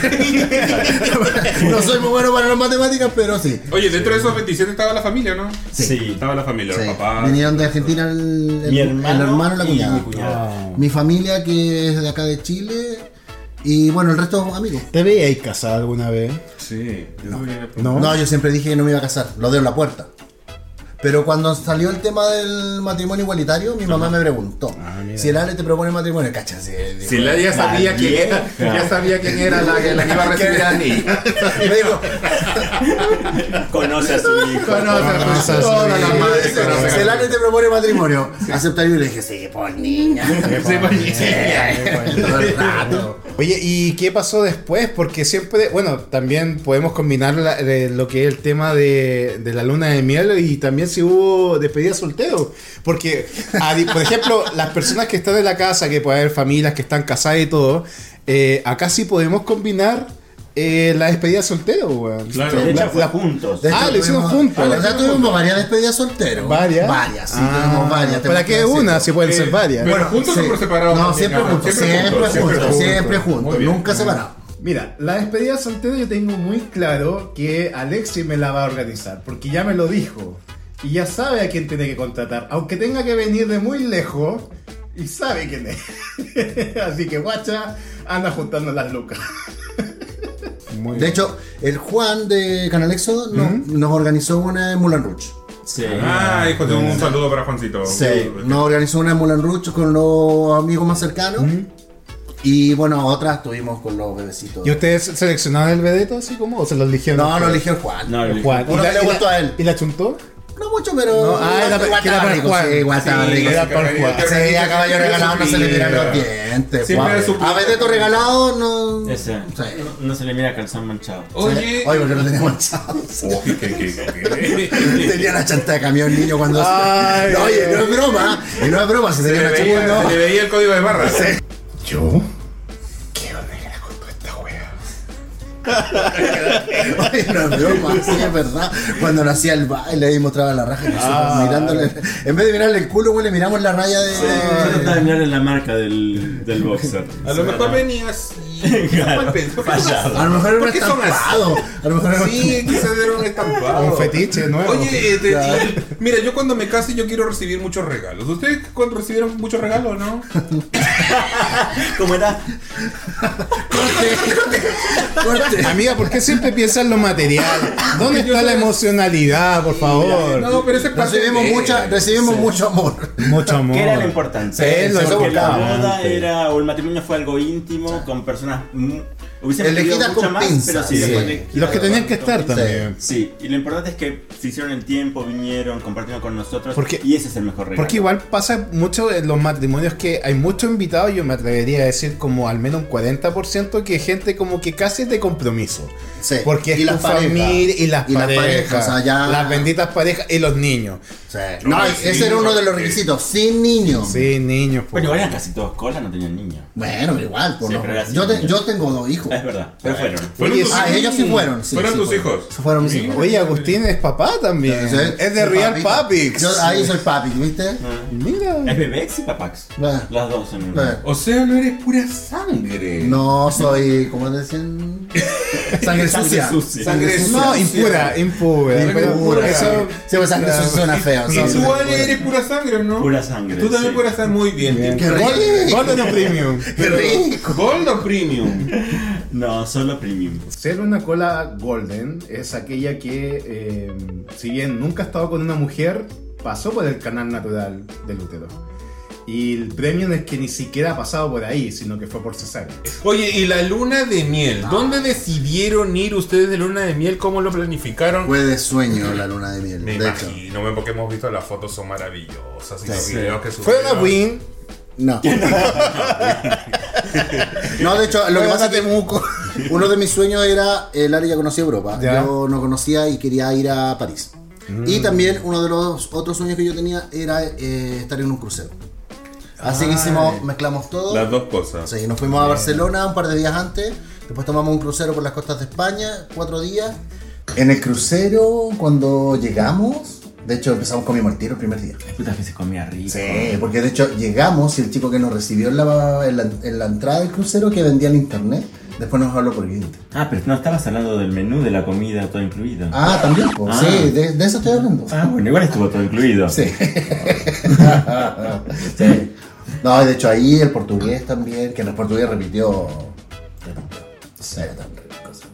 Speaker 1: no soy muy bueno para las matemáticas, pero sí.
Speaker 4: Oye, dentro de esos 27 estaba la familia, ¿no?
Speaker 1: Sí.
Speaker 2: sí.
Speaker 4: Estaba la familia,
Speaker 1: Sí.
Speaker 4: los papás.
Speaker 1: Vinieron de Argentina el, el-
Speaker 2: Mi hermano,
Speaker 1: el hermano y la
Speaker 2: y
Speaker 1: cuñada.
Speaker 2: mi cuñada.
Speaker 1: Mi familia que es de acá de Chile. Y bueno, el resto amigos.
Speaker 3: ¿Te veíais casado alguna vez?
Speaker 4: Sí.
Speaker 3: No.
Speaker 1: No, yo siempre dije que no me iba a casar, lo de la puerta. Pero cuando salió el tema del matrimonio igualitario, mi mamá me preguntó
Speaker 3: Ah,
Speaker 1: si el Ale te propone matrimonio, cacha, si- dijo-
Speaker 4: Si la, ya sabía quién era, ya sabía quién era la, que- la que iba a recibir a niña.
Speaker 1: me dijo,
Speaker 2: Conoce a su hijo.
Speaker 4: Conoce a
Speaker 3: Ah. Conoce a
Speaker 4: su-
Speaker 3: su
Speaker 4: todas
Speaker 3: hija.
Speaker 4: las madres
Speaker 1: si-
Speaker 4: conocen a
Speaker 1: si
Speaker 4: su
Speaker 1: el Ale te propone matrimonio, aceptaría y le dije, sí, por niña.
Speaker 4: Sí, pues, sí.
Speaker 1: Todo el rato.
Speaker 3: Oye, ¿y qué pasó después? Porque siempre, bueno, también podemos combinar la- de lo que es el tema de, de la luna de miel y también si hubo despedida soltero. Porque, a di- por ejemplo, las personas que están en la casa, que puede haber familias que están casadas y todo, eh, acá sí podemos combinar eh, la despedida soltero, weón.
Speaker 4: Claro.
Speaker 2: De hecho,
Speaker 3: La-
Speaker 2: fue
Speaker 3: la-
Speaker 2: juntos.
Speaker 1: De
Speaker 3: Ah, lo hicimos
Speaker 1: tuvimos-
Speaker 3: juntos.
Speaker 1: O sea, tuvimos varias despedidas solteros.
Speaker 3: ¿Varias?
Speaker 1: Varias, sí,
Speaker 3: Ah,
Speaker 1: tuvimos varias.
Speaker 3: ¿Para qué
Speaker 1: tengo que
Speaker 3: una?
Speaker 1: decirlo.
Speaker 3: Si pueden
Speaker 4: Eh,
Speaker 3: ser varias.
Speaker 4: Pero juntos o por separado
Speaker 1: No,
Speaker 4: también,
Speaker 1: siempre
Speaker 4: ah,
Speaker 1: juntos, siempre juntos, siempre juntos,
Speaker 4: Muy bien.
Speaker 1: nunca separados.
Speaker 8: Mira, la despedida soltera yo tengo muy claro que Alexis me la va a organizar, porque ya me lo dijo. Y ya sabe a quién tiene que contratar, aunque tenga que venir de muy lejos, y sabe quién es. Así que guacha, anda juntando las lucas.
Speaker 3: Muy
Speaker 1: De
Speaker 3: bien.
Speaker 1: hecho, el Juan de Canal Éxodo nos,
Speaker 3: ¿Mm?
Speaker 1: nos organizó una en Moulin Rouge.
Speaker 2: Sí.
Speaker 4: Ah, hijo, tengo un saludo para Juancito.
Speaker 1: Nos organizó una en Moulin Rouge con los amigos más cercanos.
Speaker 3: ¿Mm?
Speaker 1: Y bueno, otras tuvimos con los bebecitos.
Speaker 3: ¿Y ustedes seleccionaron el vedeto así como? ¿O se lo eligieron?
Speaker 1: no, lo
Speaker 3: ustedes?
Speaker 1: eligió el Juan.
Speaker 2: No, el
Speaker 3: Juan.
Speaker 1: Uno que le
Speaker 3: y
Speaker 1: gustó a él.
Speaker 3: ¿Y la chuntó?
Speaker 1: No mucho, pero.
Speaker 3: No, ah,
Speaker 1: igual
Speaker 3: era-
Speaker 1: estaba
Speaker 3: que era para el
Speaker 1: rico,
Speaker 3: Juan.
Speaker 1: Sí, igual estaba
Speaker 4: Sí,
Speaker 1: rico.
Speaker 3: era para el Juan.
Speaker 1: Sí, a caballo regalado no se le miran los
Speaker 4: pies.
Speaker 1: dientes.
Speaker 4: Siempre
Speaker 1: Juan.
Speaker 4: su-
Speaker 1: A Beteto regalado no.
Speaker 2: Ese.
Speaker 1: Sí.
Speaker 2: No, no se le mira calzón manchado.
Speaker 4: Oye.
Speaker 1: Oye, porque lo tenía manchado.
Speaker 4: Oye, que- que- que-
Speaker 1: Tenía la chanta de camión niño cuando.
Speaker 3: Ay,
Speaker 1: No, oye,
Speaker 3: ay.
Speaker 1: no es broma. Y no es broma, si tenía
Speaker 4: Se le
Speaker 1: una
Speaker 4: veía-
Speaker 1: chanta.
Speaker 4: se le veía el código de barras.
Speaker 8: ¿Yo? ¿Qué onda que la contó esta wea?
Speaker 1: Oye, no es broma, sí, es verdad. Cuando lo hacía el baile y mostraba la raja, nosotros mirándole. En vez de mirarle el culo, güey, le miramos la raya de.
Speaker 2: Yo trataba de mirar en la marca del, del boxer.
Speaker 4: A lo mejor venías y...
Speaker 2: Claro,
Speaker 1: A
Speaker 2: fallado.
Speaker 1: lo mejor era un
Speaker 4: ¿Por qué son así?
Speaker 1: estampado. A lo mejor era un-
Speaker 4: Sí, quizás era un estampado.
Speaker 3: Un fetiche nuevo.
Speaker 4: Oye, eh, te- y- mira, yo cuando me case yo quiero recibir muchos regalos. ¿Ustedes cuando recibieron muchos regalos, no?
Speaker 2: ¿Cómo era?
Speaker 1: Corte.
Speaker 3: Amiga, ¿por qué siempre piensas en lo material? ¿Dónde está la emocionalidad, por favor?
Speaker 4: No, pero ese es parte
Speaker 1: Recibimos,
Speaker 4: de-
Speaker 1: mucha, recibimos mucho amor.
Speaker 3: Mucho amor.
Speaker 2: ¿Qué era lo importante?
Speaker 3: Sí, lo
Speaker 2: Porque la
Speaker 3: importante.
Speaker 2: boda era, o el matrimonio fue algo íntimo, con personas. mm, Hubiesen
Speaker 1: Elegidas
Speaker 2: pedido mucho
Speaker 1: con
Speaker 2: más,
Speaker 1: pinzas,
Speaker 2: pero sí,
Speaker 1: sí.
Speaker 2: después de-
Speaker 3: Los que tenían que estar también.
Speaker 2: Sí, y lo importante es que se hicieron el tiempo, vinieron, compartieron con nosotros.
Speaker 3: Porque-
Speaker 2: y ese es el mejor regalo.
Speaker 3: Porque igual pasa mucho en los matrimonios que hay muchos invitados, yo me atrevería a decir como al menos un 40% que gente como que casi es de compromiso.
Speaker 1: Sí.
Speaker 3: Porque
Speaker 1: Y
Speaker 3: es tu
Speaker 1: las parejas.
Speaker 3: familias y las
Speaker 1: Y las
Speaker 3: parejas.
Speaker 1: parejas, o sea, ya-
Speaker 3: Las benditas parejas y los niños.
Speaker 1: Sí. No, ese era uno de los requisitos. Sin niño.
Speaker 3: Sí, niños. po.
Speaker 2: Pero igual eran casi todos colas, no tenían niños.
Speaker 1: Bueno, pero igual. por
Speaker 2: Sí,
Speaker 1: lo-
Speaker 2: pero era sin
Speaker 1: yo, te-
Speaker 2: niño.
Speaker 1: yo tengo dos hijos.
Speaker 2: Es verdad, pero fueron.
Speaker 4: Fueron
Speaker 3: Oye,
Speaker 4: tus
Speaker 1: Ah,
Speaker 4: hijos.
Speaker 1: ellos sí fueron. sí,
Speaker 4: Fueron
Speaker 1: sí
Speaker 4: tus hijos.
Speaker 1: Fueron mis hijos.
Speaker 3: Oye, Agustín es papá también.
Speaker 1: Sí,
Speaker 3: Es de
Speaker 1: soy
Speaker 3: Real
Speaker 1: papi.
Speaker 3: Papix.
Speaker 1: Yo ahí soy papi, ¿viste?
Speaker 2: Ah.
Speaker 3: Mira.
Speaker 2: ¿Es Bebex y Papax?
Speaker 1: Ah.
Speaker 2: Las dos en uno.
Speaker 1: Eh,
Speaker 4: O sea, no eres pura sangre.
Speaker 1: No soy, ¿cómo decían? Sangre sucia.
Speaker 2: sucia.
Speaker 1: Sangre sucia.
Speaker 3: No, impura, impura.
Speaker 1: Impura.
Speaker 3: Impura. Eso,
Speaker 1: Sí, pues sangre sucia suena feo.
Speaker 4: Y
Speaker 1: sí, sí.
Speaker 4: tú, Ale, eres pura sangre, ¿no?
Speaker 2: Pura sangre,
Speaker 4: Tú también
Speaker 2: sí.
Speaker 4: pura sangre. Muy bien.
Speaker 1: ¡Qué
Speaker 3: Gol-
Speaker 1: rico!
Speaker 3: Golden Premium.
Speaker 1: ¡Qué rico!
Speaker 4: Goldo Premium.
Speaker 2: No, solo premium.
Speaker 8: Ser una cola golden es aquella que, eh, si bien nunca ha estado con una mujer, pasó por el canal natural del útero. Y el premio no es que ni siquiera ha pasado por ahí, sino que fue por cesárea.
Speaker 7: Oye, y la luna de miel. ¿Dónde decidieron ir ustedes de luna de miel? ¿Cómo lo planificaron?
Speaker 1: Fue de sueño la luna de miel.
Speaker 7: Me
Speaker 1: Pues, de hecho.
Speaker 7: imagino, me- porque hemos visto las fotos, son maravillosas. Y los
Speaker 1: Sí.
Speaker 7: videos que
Speaker 3: Fue una
Speaker 7: subieron.
Speaker 3: win.
Speaker 1: No. no, de hecho, lo que pasa es que uno de mis sueños era el área que conocía Europa.
Speaker 3: Ya.
Speaker 1: Yo no conocía y quería ir a París.
Speaker 7: Mm.
Speaker 1: Y también uno de los otros sueños que yo tenía era eh, estar en un crucero. Así que hicimos, mezclamos todo.
Speaker 4: Las dos cosas.
Speaker 1: Sí, nos fuimos a Barcelona un par de días antes, después tomamos un crucero por las costas de España, cuatro días. En el crucero, cuando llegamos, de hecho empezamos con mi martillo el primer día.
Speaker 2: Puta que se comía rico.
Speaker 1: Sí, porque de hecho llegamos y el chico que nos recibió en la, en la, en la entrada del crucero que vendía el internet, después nos habló por internet.
Speaker 2: Ah, pero no estabas hablando del menú, de la comida, todo incluido.
Speaker 1: Ah, también, pues,
Speaker 2: Ah.
Speaker 1: sí, de, de eso estoy hablando.
Speaker 2: Ah, bueno, igual estuvo todo incluido.
Speaker 1: Sí. sí. No, de hecho ahí el portugués también, que en el portugués repitió. repitió. Sí, tan rico.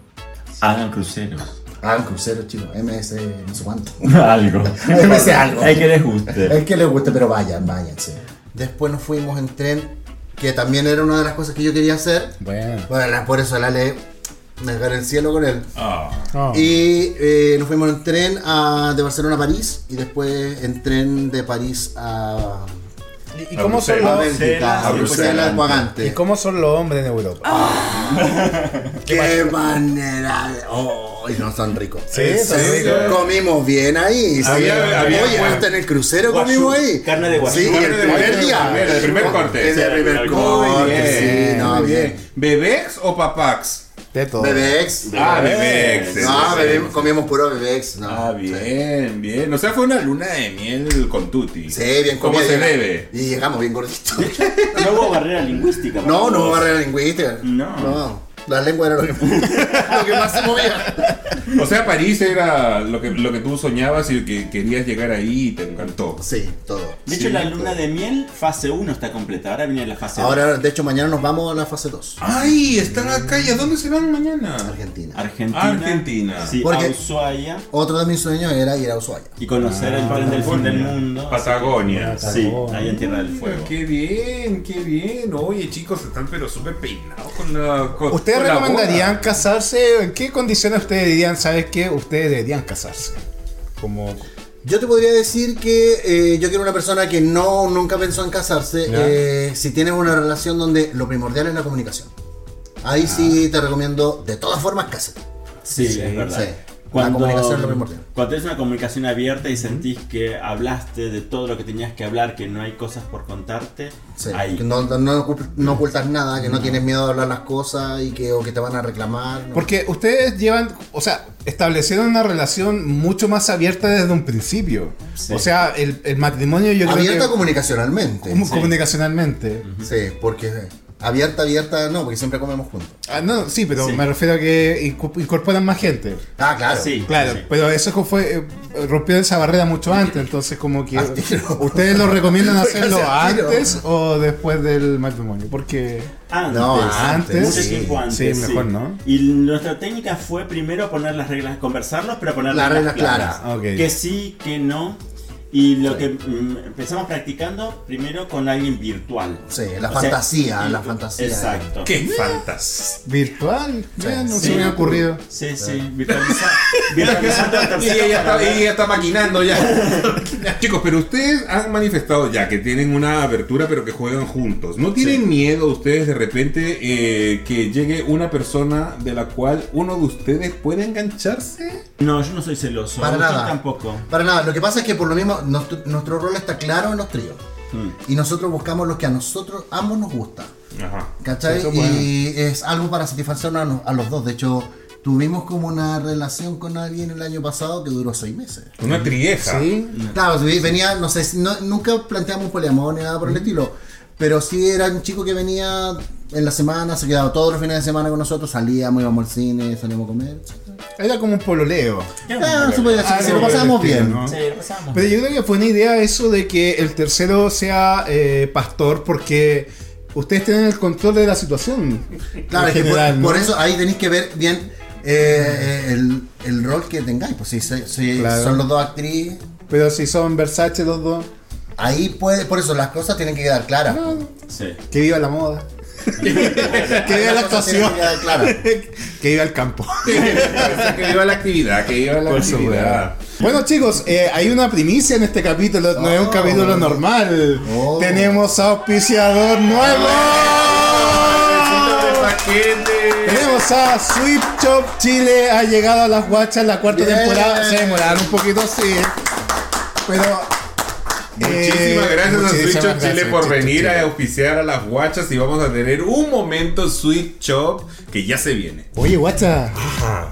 Speaker 2: Hagan cruceros.
Speaker 1: Ah, el crucero, chico, MS, no sé cuánto.
Speaker 2: algo.
Speaker 1: Me sé algo. Eh.
Speaker 2: Hay que les guste.
Speaker 1: Es que les guste, pero vayan, váyanse. Después nos fuimos en tren, que también era una de las cosas que yo quería hacer.
Speaker 3: Bueno.
Speaker 1: Bueno, la- por eso la le desgar el cielo con él.
Speaker 4: Ah,
Speaker 1: Y eh, nos fuimos en tren a- de Barcelona a París y después en tren de París a,
Speaker 3: ¿Y, y cómo son
Speaker 1: a
Speaker 3: los, pues,
Speaker 1: Bélgica,
Speaker 2: Bruselas,
Speaker 1: a Bruselas, a Guagante.
Speaker 3: ¿Y cómo son los hombres en Europa?
Speaker 1: ¡Qué manera! de- ¡Oh! Y no son ricos.
Speaker 3: Sí, son
Speaker 4: ricos.
Speaker 1: Comimos bien ahí. sí.
Speaker 4: Había- había
Speaker 1: Oye,
Speaker 4: buen-
Speaker 1: hasta en el crucero
Speaker 2: guazú,
Speaker 1: comimos ahí.
Speaker 2: carne de guazú.
Speaker 1: Sí, y el
Speaker 4: Carne de
Speaker 1: primer
Speaker 4: guazú,
Speaker 1: día.
Speaker 4: el primer corte.
Speaker 1: El de primer
Speaker 4: Muy
Speaker 1: corte. Sí,
Speaker 4: bien,
Speaker 1: no,
Speaker 4: muy
Speaker 1: bien.
Speaker 4: bien. ¿Bebex o papax?
Speaker 3: De todo.
Speaker 1: Bebex.
Speaker 4: Ah, Bebex.
Speaker 1: No, bebimos- Ah, comimos puro Bebex. No.
Speaker 4: Ah, bien, bien. O sea, fue una luna de miel con Tutti.
Speaker 1: Sí, bien
Speaker 4: ¿Cómo
Speaker 1: comida,
Speaker 4: se
Speaker 1: llegamos-
Speaker 4: debe?
Speaker 1: Y llegamos bien gorditos.
Speaker 2: No hubo barrera lingüística.
Speaker 1: No, no hubo
Speaker 2: barrera.
Speaker 1: barrera lingüística.
Speaker 2: No.
Speaker 1: No. La lengua era lo que, lo que más se movía.
Speaker 4: O sea, París era lo que, lo que tú soñabas y que querías llegar ahí y te encantó.
Speaker 1: Sí, todo.
Speaker 2: De hecho, la luna de miel, fase 1 está completa. Ahora viene la fase 2.
Speaker 1: Ahora, de hecho, mañana nos vamos a la fase 2.
Speaker 4: ¡Ay! Están acá y ¿a dónde se van mañana?
Speaker 1: Argentina.
Speaker 2: Argentina.
Speaker 4: Argentina.
Speaker 2: Sí,
Speaker 1: Porque-
Speaker 2: a Ushuaia.
Speaker 1: Otro de mis sueños era ir a Ushuaia.
Speaker 2: Y conocer el tren del fin del mundo.
Speaker 4: Patagonia.
Speaker 2: Sí, ahí en Tierra del
Speaker 4: Bueno,
Speaker 2: Fuego.
Speaker 4: qué bien, qué bien. Oye, chicos, están pero súper peinados con la. Con,
Speaker 3: ¿Ustedes
Speaker 4: con la boda.
Speaker 3: recomendarían casarse? ¿En qué condiciones ustedes dirían, sabes qué? Ustedes deberían casarse. Como.
Speaker 1: Yo te podría decir que eh, yo quiero una persona que no nunca pensó en casarse.
Speaker 3: Ya.
Speaker 1: eh, si tienes una relación donde lo primordial es la comunicación. Ahí
Speaker 3: Ah.
Speaker 1: sí te recomiendo, de todas formas, cásate.
Speaker 2: Sí, es verdad.
Speaker 1: sí.
Speaker 2: Cuando,
Speaker 1: La comunicación es lo primordial.
Speaker 2: cuando tienes una comunicación abierta y sentís que hablaste de todo lo que tenías que hablar, que no hay cosas por contarte,
Speaker 1: Sí,
Speaker 2: ahí.
Speaker 1: que no, no ocu- no ocultas nada, que no. tienes miedo de hablar las cosas y que, o que te van a reclamar. ¿no?
Speaker 3: Porque ustedes llevan, o sea, establecieron una relación mucho más abierta desde un principio.
Speaker 2: Sí.
Speaker 3: O sea, el, el matrimonio yo
Speaker 1: abierta
Speaker 3: creo
Speaker 1: comunicacionalmente.
Speaker 3: que como comunicacionalmente.
Speaker 1: Sí, porque eh, abierta, abierta, no, porque siempre comemos juntos.
Speaker 3: Ah, no, sí, pero
Speaker 2: Sí.
Speaker 3: me refiero a que incu- incorporan más gente.
Speaker 1: Ah, claro.
Speaker 2: Sí,
Speaker 3: Claro,
Speaker 2: sí.
Speaker 3: pero eso co- fue eh, rompió esa barrera mucho antes, entonces como que
Speaker 1: Al tiro.
Speaker 3: ustedes lo recomiendan
Speaker 1: Fue casi
Speaker 3: hacerlo
Speaker 1: al tiro.
Speaker 3: antes o después del matrimonio, porque
Speaker 2: Antes.
Speaker 1: No,
Speaker 3: antes,
Speaker 2: Mucho
Speaker 1: sí.
Speaker 2: tiempo antes.
Speaker 3: Sí, mejor, ¿no?
Speaker 2: Y nuestra técnica fue primero poner las reglas, conversarlos, pero poner
Speaker 1: Las
Speaker 2: las reglas
Speaker 1: reglas
Speaker 2: claras.
Speaker 3: claras, ok.
Speaker 2: Que sí, que no. Y lo que mm, empezamos practicando primero con alguien virtual.
Speaker 1: Sí, la
Speaker 2: O sea,
Speaker 1: fantasía,
Speaker 2: y-
Speaker 1: la fantasía.
Speaker 2: Exacto.
Speaker 4: ¡Qué fantasía!
Speaker 3: virtual, mira, no
Speaker 2: Sí.
Speaker 3: se me ha ocurrido.
Speaker 2: Sí, sí, virtualiza- virtualizando al
Speaker 4: Y
Speaker 2: tercero para
Speaker 4: ella, está,
Speaker 2: hablar.
Speaker 4: y ella está maquinando ya. Chicos, pero ustedes han manifestado ya que tienen una apertura, pero que juegan juntos. ¿No tienen miedo ustedes de repente eh, que llegue una persona de la cual uno de ustedes puede engancharse?
Speaker 2: No, yo no soy celoso.
Speaker 1: Para
Speaker 2: Agustín
Speaker 1: nada.
Speaker 2: tampoco.
Speaker 1: Para nada, lo que pasa es que por lo mismo nuestro, nuestro rol está claro en los tríos.
Speaker 2: Mm.
Speaker 1: Y nosotros buscamos los que a nosotros ambos nos gusta.
Speaker 4: Ajá.
Speaker 1: ¿Cachai?
Speaker 3: Eso es bueno.
Speaker 1: y es algo para satisfacción a, no- a los dos. De hecho, tuvimos como una relación con alguien el año pasado que duró seis meses.
Speaker 4: Una trieja.
Speaker 3: Sí.
Speaker 1: Claro, sí, Hmm. venía, no sé, si- no- nunca planteamos poliamor ni nada por el estilo, pero sí era un chico que venía en la semana, se quedaba todos los fines de semana con nosotros, salíamos, íbamos al cine, salíamos a comer.
Speaker 3: Era como un pololeo.
Speaker 1: Ah, se puede decir que sí, lo
Speaker 3: Algo
Speaker 1: pasábamos
Speaker 3: del estilo,
Speaker 1: bien.
Speaker 3: ¿no?
Speaker 2: Sí, lo pasamos.
Speaker 3: Pero yo creo que fue una idea eso de que el tercero sea eh, pastor porque ustedes tienen el control de la situación.
Speaker 1: Claro,
Speaker 3: en
Speaker 1: es que por-
Speaker 3: general,
Speaker 1: por, e-
Speaker 3: ¿no?
Speaker 1: eso ahí tenéis que ver bien eh, eh, el, el rol que tengáis. Pues si, si- si
Speaker 3: Claro.
Speaker 1: son los dos actrices,
Speaker 3: Pero si son Versace los dos,
Speaker 1: Ahí puede, por eso las cosas tienen que quedar claras. pues.
Speaker 2: Sí.
Speaker 3: Que viva la moda. que viva la
Speaker 1: Las cosas tienen
Speaker 3: actuación.
Speaker 1: que quedar claras.
Speaker 3: que viva el campo.
Speaker 4: que viva la actividad, que viva la
Speaker 3: Por
Speaker 4: actividad.
Speaker 3: supuesto. Bueno chicos, eh, hay una primicia en este capítulo, no es un
Speaker 1: Oh.
Speaker 3: capítulo normal.
Speaker 1: Oh.
Speaker 3: Tenemos auspiciador nuevo.
Speaker 4: ¡Besito de paquete!
Speaker 3: Tenemos a Sweet Shop Chile, ha llegado a las guachas la cuarta
Speaker 1: Bien.
Speaker 3: temporada. Se demoraron un poquito, sí. Pero.
Speaker 4: Muchísimas
Speaker 3: eh,
Speaker 4: gracias a Sweet
Speaker 3: muchísimas
Speaker 4: Shop Chile
Speaker 3: gracias,
Speaker 4: por
Speaker 3: Sweet Shop
Speaker 4: venir
Speaker 3: Chile.
Speaker 4: a auspiciar a las guachas y vamos a tener un momento Sweet Shop que ya se viene.
Speaker 3: Oye, guacha.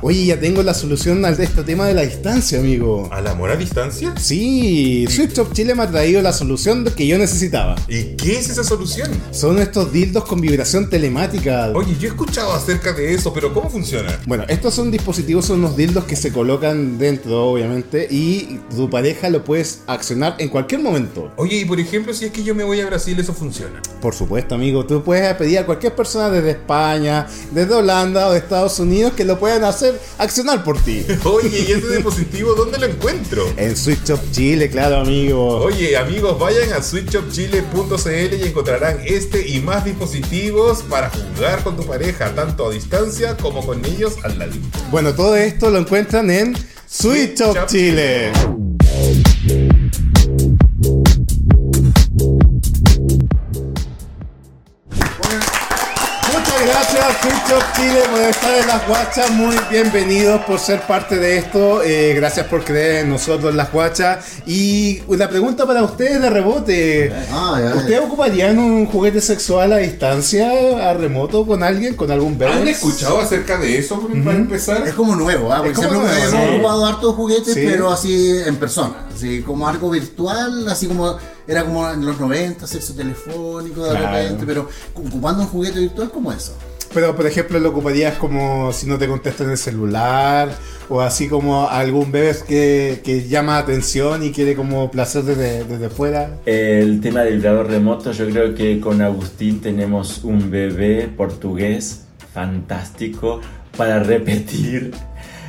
Speaker 3: Oye, ya tengo la solución al de este tema de la distancia, amigo.
Speaker 4: ¿Al amor a distancia?
Speaker 3: Sí, Sweet Shop Chile me ha traído la solución que yo necesitaba.
Speaker 4: ¿Y qué es esa solución?
Speaker 3: Son estos dildos con vibración telemática.
Speaker 4: Oye, yo he escuchado acerca de eso, pero ¿cómo funciona?
Speaker 3: Bueno, estos son dispositivos, son unos dildos que se colocan dentro, obviamente, y tu pareja lo puedes accionar en cualquier momento.
Speaker 4: Oye, y por ejemplo, si es que yo me voy a Brasil, eso funciona.
Speaker 3: Por supuesto, amigo, tú puedes pedir a cualquier persona desde España, desde Holanda o de Estados Unidos que lo puedan hacer accionar por ti.
Speaker 4: Oye, ¿y ese dispositivo dónde lo encuentro?
Speaker 3: En Switch Shop Chile, claro, amigo.
Speaker 4: Oye, amigos, vayan a switchopchile.cl y encontrarán este y más dispositivos para jugar con tu pareja, tanto a distancia como con ellos al ladito.
Speaker 3: Bueno, todo esto lo encuentran en Switch Shop Chile. Muchas gracias, Switch Up Chile, por estar en las guachas. Muy bienvenidos por ser parte de esto. Eh, gracias por creer en nosotros, las guachas. Y una pregunta para ustedes de rebote.
Speaker 1: Ah, ya, ya.
Speaker 3: ¿Ustedes ocuparían un juguete sexual a distancia, a remoto, con alguien, con algún bebé?
Speaker 4: ¿Han escuchado acerca de eso para empezar?
Speaker 1: Es como nuevo, ¿ah? Porque
Speaker 3: Es como
Speaker 1: siempre
Speaker 3: nuevo,
Speaker 1: hemos
Speaker 2: sí.
Speaker 1: jugado hartos juguetes,
Speaker 3: Sí.
Speaker 1: pero así en persona. Así como algo virtual, así como era como en los 90, sexo telefónico de
Speaker 3: Claro.
Speaker 1: repente, pero ocupando un juguete virtual como eso.
Speaker 3: Pero, por ejemplo, lo ocuparías como si no te contestan el celular, o así como algún bebé que, que llama atención y quiere como placer desde, desde fuera.
Speaker 2: El tema del vibrador remoto, yo creo que Eh, con Agustín tenemos un bebé portugués fantástico para repetir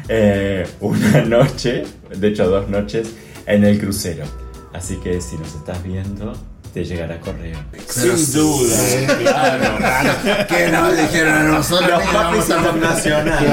Speaker 2: eh, una noche, de hecho dos noches, en el crucero. Así que si nos estás viendo, te llegará correo.
Speaker 1: Pero
Speaker 2: Sin duda, claro.
Speaker 1: Que nos dijeron a nosotros
Speaker 2: Los
Speaker 1: que íbamos
Speaker 2: papis
Speaker 1: a romper.
Speaker 2: internacionales.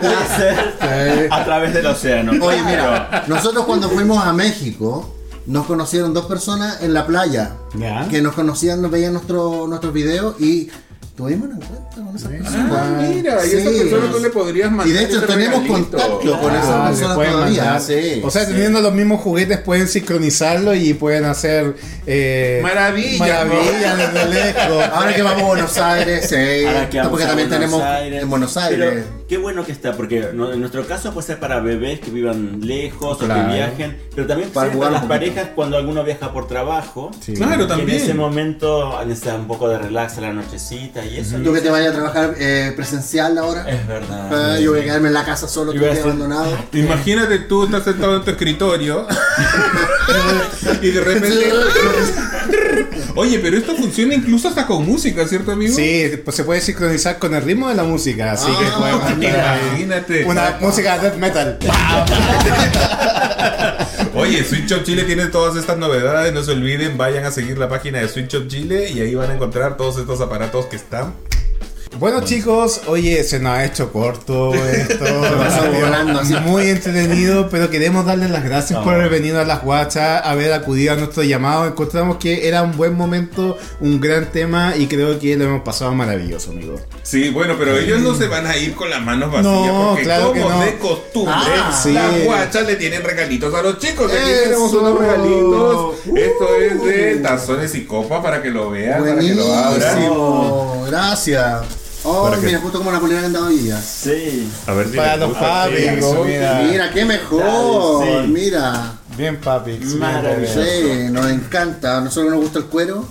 Speaker 2: Láser a través del océano.
Speaker 1: Oye, mira, nosotros cuando fuimos a México, nos conocieron dos personas en la playa.
Speaker 3: Ya.
Speaker 1: Que nos conocían, nos veían nuestro- nuestros videos y tuvimos un encuentro con esas personas.
Speaker 4: Ah,
Speaker 7: Ah,
Speaker 4: Mira, y a esa
Speaker 1: Ah, Sí.
Speaker 4: persona tú le podrías mandar.
Speaker 1: Y de hecho
Speaker 4: ese
Speaker 1: tenemos
Speaker 4: regalito.
Speaker 1: contacto con esas
Speaker 3: Ah,
Speaker 1: personas
Speaker 3: le pueden
Speaker 1: todavía.
Speaker 3: mandar.
Speaker 1: Sí.
Speaker 3: o sea, teniendo los mismos juguetes pueden sincronizarlo y pueden hacer eh,
Speaker 4: Maravillas,
Speaker 3: maravillas desde lejos.
Speaker 1: Ahora que vamos a Buenos Aires, sí.
Speaker 2: Ahora que vamos
Speaker 1: Eh, porque
Speaker 2: a
Speaker 1: también
Speaker 2: Buenos
Speaker 1: tenemos
Speaker 2: Aires.
Speaker 1: en Buenos Aires.
Speaker 2: Pero qué bueno que está, porque no- en nuestro caso puede ser para bebés que vivan lejos o
Speaker 1: Claro.
Speaker 2: que viajen, pero también
Speaker 1: Para
Speaker 2: para,
Speaker 1: jugar
Speaker 2: para
Speaker 1: un
Speaker 2: las
Speaker 1: poquito.
Speaker 2: parejas cuando alguno viaja por trabajo.
Speaker 4: Claro,
Speaker 2: que En ese
Speaker 4: también.
Speaker 2: momento ah, necesita un poco de relax a la nochecita y eso.
Speaker 1: Yo que te vaya a trabajar eh, presencial ahora.
Speaker 2: Es verdad.
Speaker 1: eh, yo voy a quedarme en la casa solo,
Speaker 2: Yo voy a
Speaker 1: estoy
Speaker 2: hacer-
Speaker 1: abandonado.
Speaker 7: "Ah,
Speaker 4: Imagínate tú estás sentado en tu escritorio y de repente. Oye, pero esto funciona incluso hasta con música, ¿cierto, amigo?
Speaker 3: Sí, pues se puede sincronizar con el ritmo de la música, así que
Speaker 1: Ah,
Speaker 3: pueden cantar ahí.
Speaker 4: Imagínate.
Speaker 3: Una música death metal.
Speaker 4: Oye, Switch Shop Chile tiene todas estas novedades. No se olviden, vayan a seguir la página de Switch Shop Chile y ahí van a encontrar todos estos aparatos que están.
Speaker 3: Bueno chicos, oye, se nos ha hecho corto esto, ha
Speaker 1: pasamos
Speaker 3: sido
Speaker 1: volando, así.
Speaker 3: muy entretenido, pero queremos darles las gracias por haber venido a las guachas, haber acudido a nuestro llamado, encontramos que era un buen momento, un gran tema y creo que lo hemos pasado maravilloso, amigos.
Speaker 4: Sí, bueno, pero ellos no se van a ir con las manos vacías
Speaker 3: No,
Speaker 4: porque
Speaker 3: claro que
Speaker 4: como
Speaker 3: no.
Speaker 4: de costumbre,
Speaker 1: Ah,
Speaker 3: sí.
Speaker 4: las guachas le tienen regalitos a los chicos. Aquí
Speaker 3: Eso. Uh.
Speaker 4: tenemos unos regalitos. Esto es de tazones y copas para que lo vean, para que lo abran.
Speaker 1: Buenísimo. Gracias. Oh,
Speaker 4: Para que-
Speaker 1: mira, justo como la polera que andaba hoy día.
Speaker 2: Sí.
Speaker 4: A ver si
Speaker 3: Para
Speaker 4: les
Speaker 3: los
Speaker 4: gusta, sí.
Speaker 3: papis, mira.
Speaker 1: Mira, qué mejor.
Speaker 2: Dale, sí.
Speaker 1: Mira.
Speaker 3: Bien papi,
Speaker 2: Maravilloso.
Speaker 1: Sí, nos encanta. A nosotros nos gusta el cuero.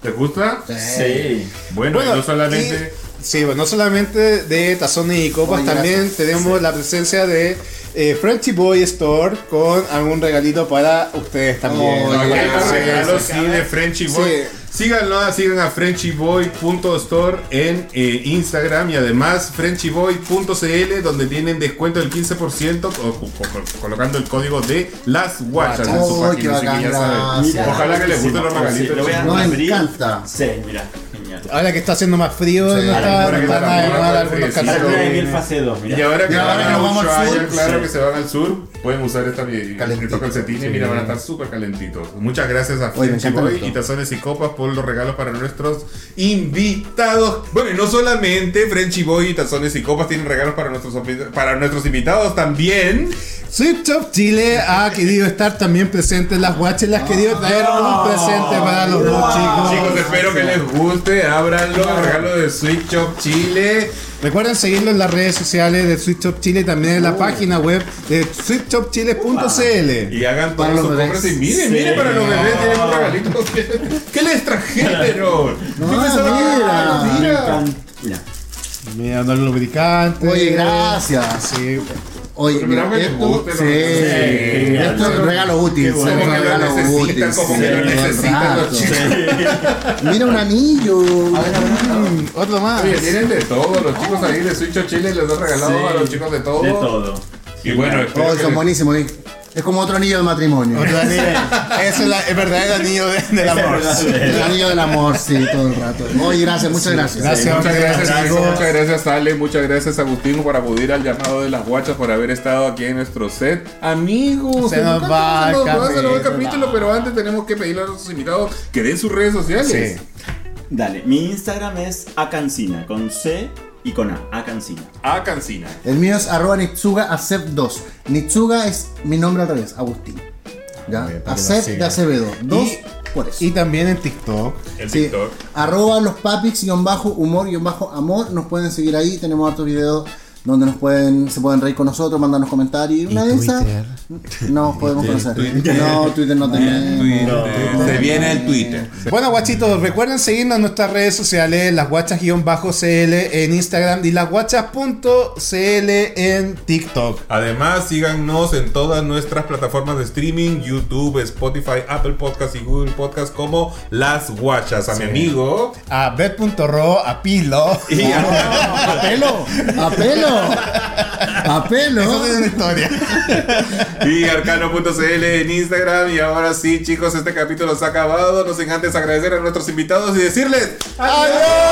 Speaker 4: ¿Te gusta?
Speaker 2: Sí.
Speaker 4: Bueno,
Speaker 3: Bueno,
Speaker 4: y no solamente.
Speaker 3: y- sí, bueno, no solamente de tazones y copas,
Speaker 1: Oye,
Speaker 3: también
Speaker 1: gracias.
Speaker 3: tenemos la presencia de eh, Frenchy Boy Store con algún regalito para ustedes también.
Speaker 1: Oh,
Speaker 4: No,
Speaker 1: Oye,
Speaker 4: acá hay
Speaker 1: sí,
Speaker 4: regalos sí, de Frenchy Boy.
Speaker 3: Sí.
Speaker 4: Síganlo, sigan a frenchieboy.store en eh, Instagram y además frenchieboy.cl donde tienen descuento del 15% o- o- o- colocando el código de las guachas en su
Speaker 1: Oh, qué
Speaker 4: página. así
Speaker 1: bacán,
Speaker 4: que ya saben.
Speaker 1: gracias.
Speaker 4: Ojalá que les gusten los
Speaker 2: Sí,
Speaker 4: regalitos.
Speaker 2: lo voy a
Speaker 1: Nos
Speaker 2: abrir.
Speaker 1: encanta.
Speaker 2: Sí, mira, genial.
Speaker 3: Ahora que está haciendo más frío,
Speaker 1: Sí.
Speaker 3: no está, no
Speaker 4: Ahora que
Speaker 3: está
Speaker 4: está
Speaker 3: nada de
Speaker 4: más
Speaker 3: mal
Speaker 4: frío,
Speaker 3: algunos
Speaker 4: sí,
Speaker 2: Y la
Speaker 4: Claro.
Speaker 2: luna de
Speaker 3: calzones.
Speaker 2: miel fase 2, mira.
Speaker 4: Y ahora que,
Speaker 1: Y ahora que nos vamos al
Speaker 4: Ushuaia,
Speaker 1: sur,
Speaker 4: claro
Speaker 2: sí.
Speaker 4: que se van al sur, pueden usar esta, estos
Speaker 1: Calentito.
Speaker 4: calcetines. Mira, van a estar súper calentitos. Muchas gracias a
Speaker 1: Oye, me
Speaker 4: Frenchy
Speaker 1: encanta
Speaker 4: Boy
Speaker 1: esto.
Speaker 4: y Tazones y Copas por los regalos para nuestros invitados. Bueno, y no solamente Frenchy Boy y Tazones y Copas tienen regalos para nuestros, opi- para nuestros invitados también.
Speaker 3: Sweet Shop Chile ha querido estar también presente en las guachas, las ha querido traer un presente para los dos
Speaker 1: Ah,
Speaker 3: chicos.
Speaker 4: Ah. Chicos, espero que les guste. Ábranlo. Regalo de Sweet Shop Chile.
Speaker 3: Recuerden seguirlo en las redes sociales de Sweet Shop Chile, también en la
Speaker 4: Uh.
Speaker 3: página web de sweetshopchile.cl.
Speaker 4: Y hagan
Speaker 3: Para
Speaker 4: todos sus
Speaker 3: los
Speaker 4: compras y
Speaker 3: bebés.
Speaker 4: miren,
Speaker 2: Sí.
Speaker 4: miren para los bebés tenemos regalitos. ¿Qué les trajeron?
Speaker 1: No,
Speaker 4: Yo pensaba que-
Speaker 1: mira.
Speaker 4: Ah,
Speaker 2: Ah, Me
Speaker 4: mira.
Speaker 2: encanta.
Speaker 3: Mira, los lubricantes.
Speaker 1: Oye, gracias.
Speaker 3: Sí.
Speaker 1: Oye,
Speaker 4: Pero
Speaker 1: mira,
Speaker 4: me
Speaker 1: esto,
Speaker 4: gusta,
Speaker 1: sí,
Speaker 4: me gusta.
Speaker 2: Sí,
Speaker 1: esto es
Speaker 2: genial.
Speaker 1: un regalo útil.
Speaker 2: Qué
Speaker 1: sí,
Speaker 2: bueno.
Speaker 1: es un
Speaker 4: Como que lo
Speaker 1: regalo
Speaker 4: necesitan,
Speaker 1: útil.
Speaker 4: como
Speaker 1: sí,
Speaker 4: que lo
Speaker 1: todo el
Speaker 4: necesitan los
Speaker 1: rato.
Speaker 4: chicos.
Speaker 1: Mira un anillo.
Speaker 3: Mm, Otro más.
Speaker 4: Oye, tienen de todo, los chicos ahí de Switch o Chile les han regalado a los chicos de todo.
Speaker 2: De todo.
Speaker 4: Y bueno, espero
Speaker 1: Oh,
Speaker 4: que
Speaker 1: son
Speaker 4: les-
Speaker 1: buenísimos. eh. Es como otro anillo de matrimonio.
Speaker 3: Otro anillo. Ese es la- el verdadero anillo de- del amor.
Speaker 1: El anillo del amor, sí, todo el rato. Oye, gracias, muchas gracias.
Speaker 3: Gracias,
Speaker 4: Muchas gracias,
Speaker 3: gracias,
Speaker 4: Nico,
Speaker 3: chicos.
Speaker 4: muchas gracias, Ale, muchas gracias, Agustín, por acudir al llamado de las guachas, por haber estado aquí en nuestro set. Amigos,
Speaker 3: Se nos
Speaker 4: nunca
Speaker 3: va
Speaker 4: se nos
Speaker 3: el
Speaker 4: va, se nos va el
Speaker 3: capítulo.
Speaker 4: capítulo, pero antes tenemos que pedirle a nuestros invitados que den sus redes sociales.
Speaker 3: Sí.
Speaker 2: Dale, mi Instagram es acancina, con C y con A, acancina.
Speaker 4: A Cancina.
Speaker 1: El mío es arroba Nitsuga acep 2 Nitsuga es mi nombre al revés, Agustín. ¿Ya?
Speaker 3: Muy bien, para que lo
Speaker 1: Acep de
Speaker 3: sigan.
Speaker 1: Acevedo. Dos
Speaker 3: Y-
Speaker 1: por eso.
Speaker 3: Y también en TikTok.
Speaker 4: El
Speaker 1: Sí,
Speaker 4: TikTok.
Speaker 1: arroba los papix guión bajo humor guión bajo amor nos pueden seguir ahí tenemos hartos videos donde nos pueden se pueden reír con nosotros mandarnos comentarios y una de esas nos podemos conocer no Twitter no tenemos
Speaker 4: Se viene el Twitter.
Speaker 3: Bueno, guachitos, recuerden seguirnos en nuestras redes sociales, las guachas-cl en Instagram y las guachas.cl en TikTok.
Speaker 4: Además, síganos en todas nuestras plataformas de streaming, YouTube, Spotify, Apple Podcast y Google Podcast como Las Guachas. A mi amigo.
Speaker 3: A bet.ro, a Pilo.
Speaker 4: Y a,
Speaker 1: apelo apelo apelo
Speaker 3: Eso es una historia.
Speaker 4: y arcano.cl en Instagram. Y ahora sí, chicos, este capítulo se ha acabado. No sin antes agradecer a nuestros invitados y decirles
Speaker 3: ¡Adiós!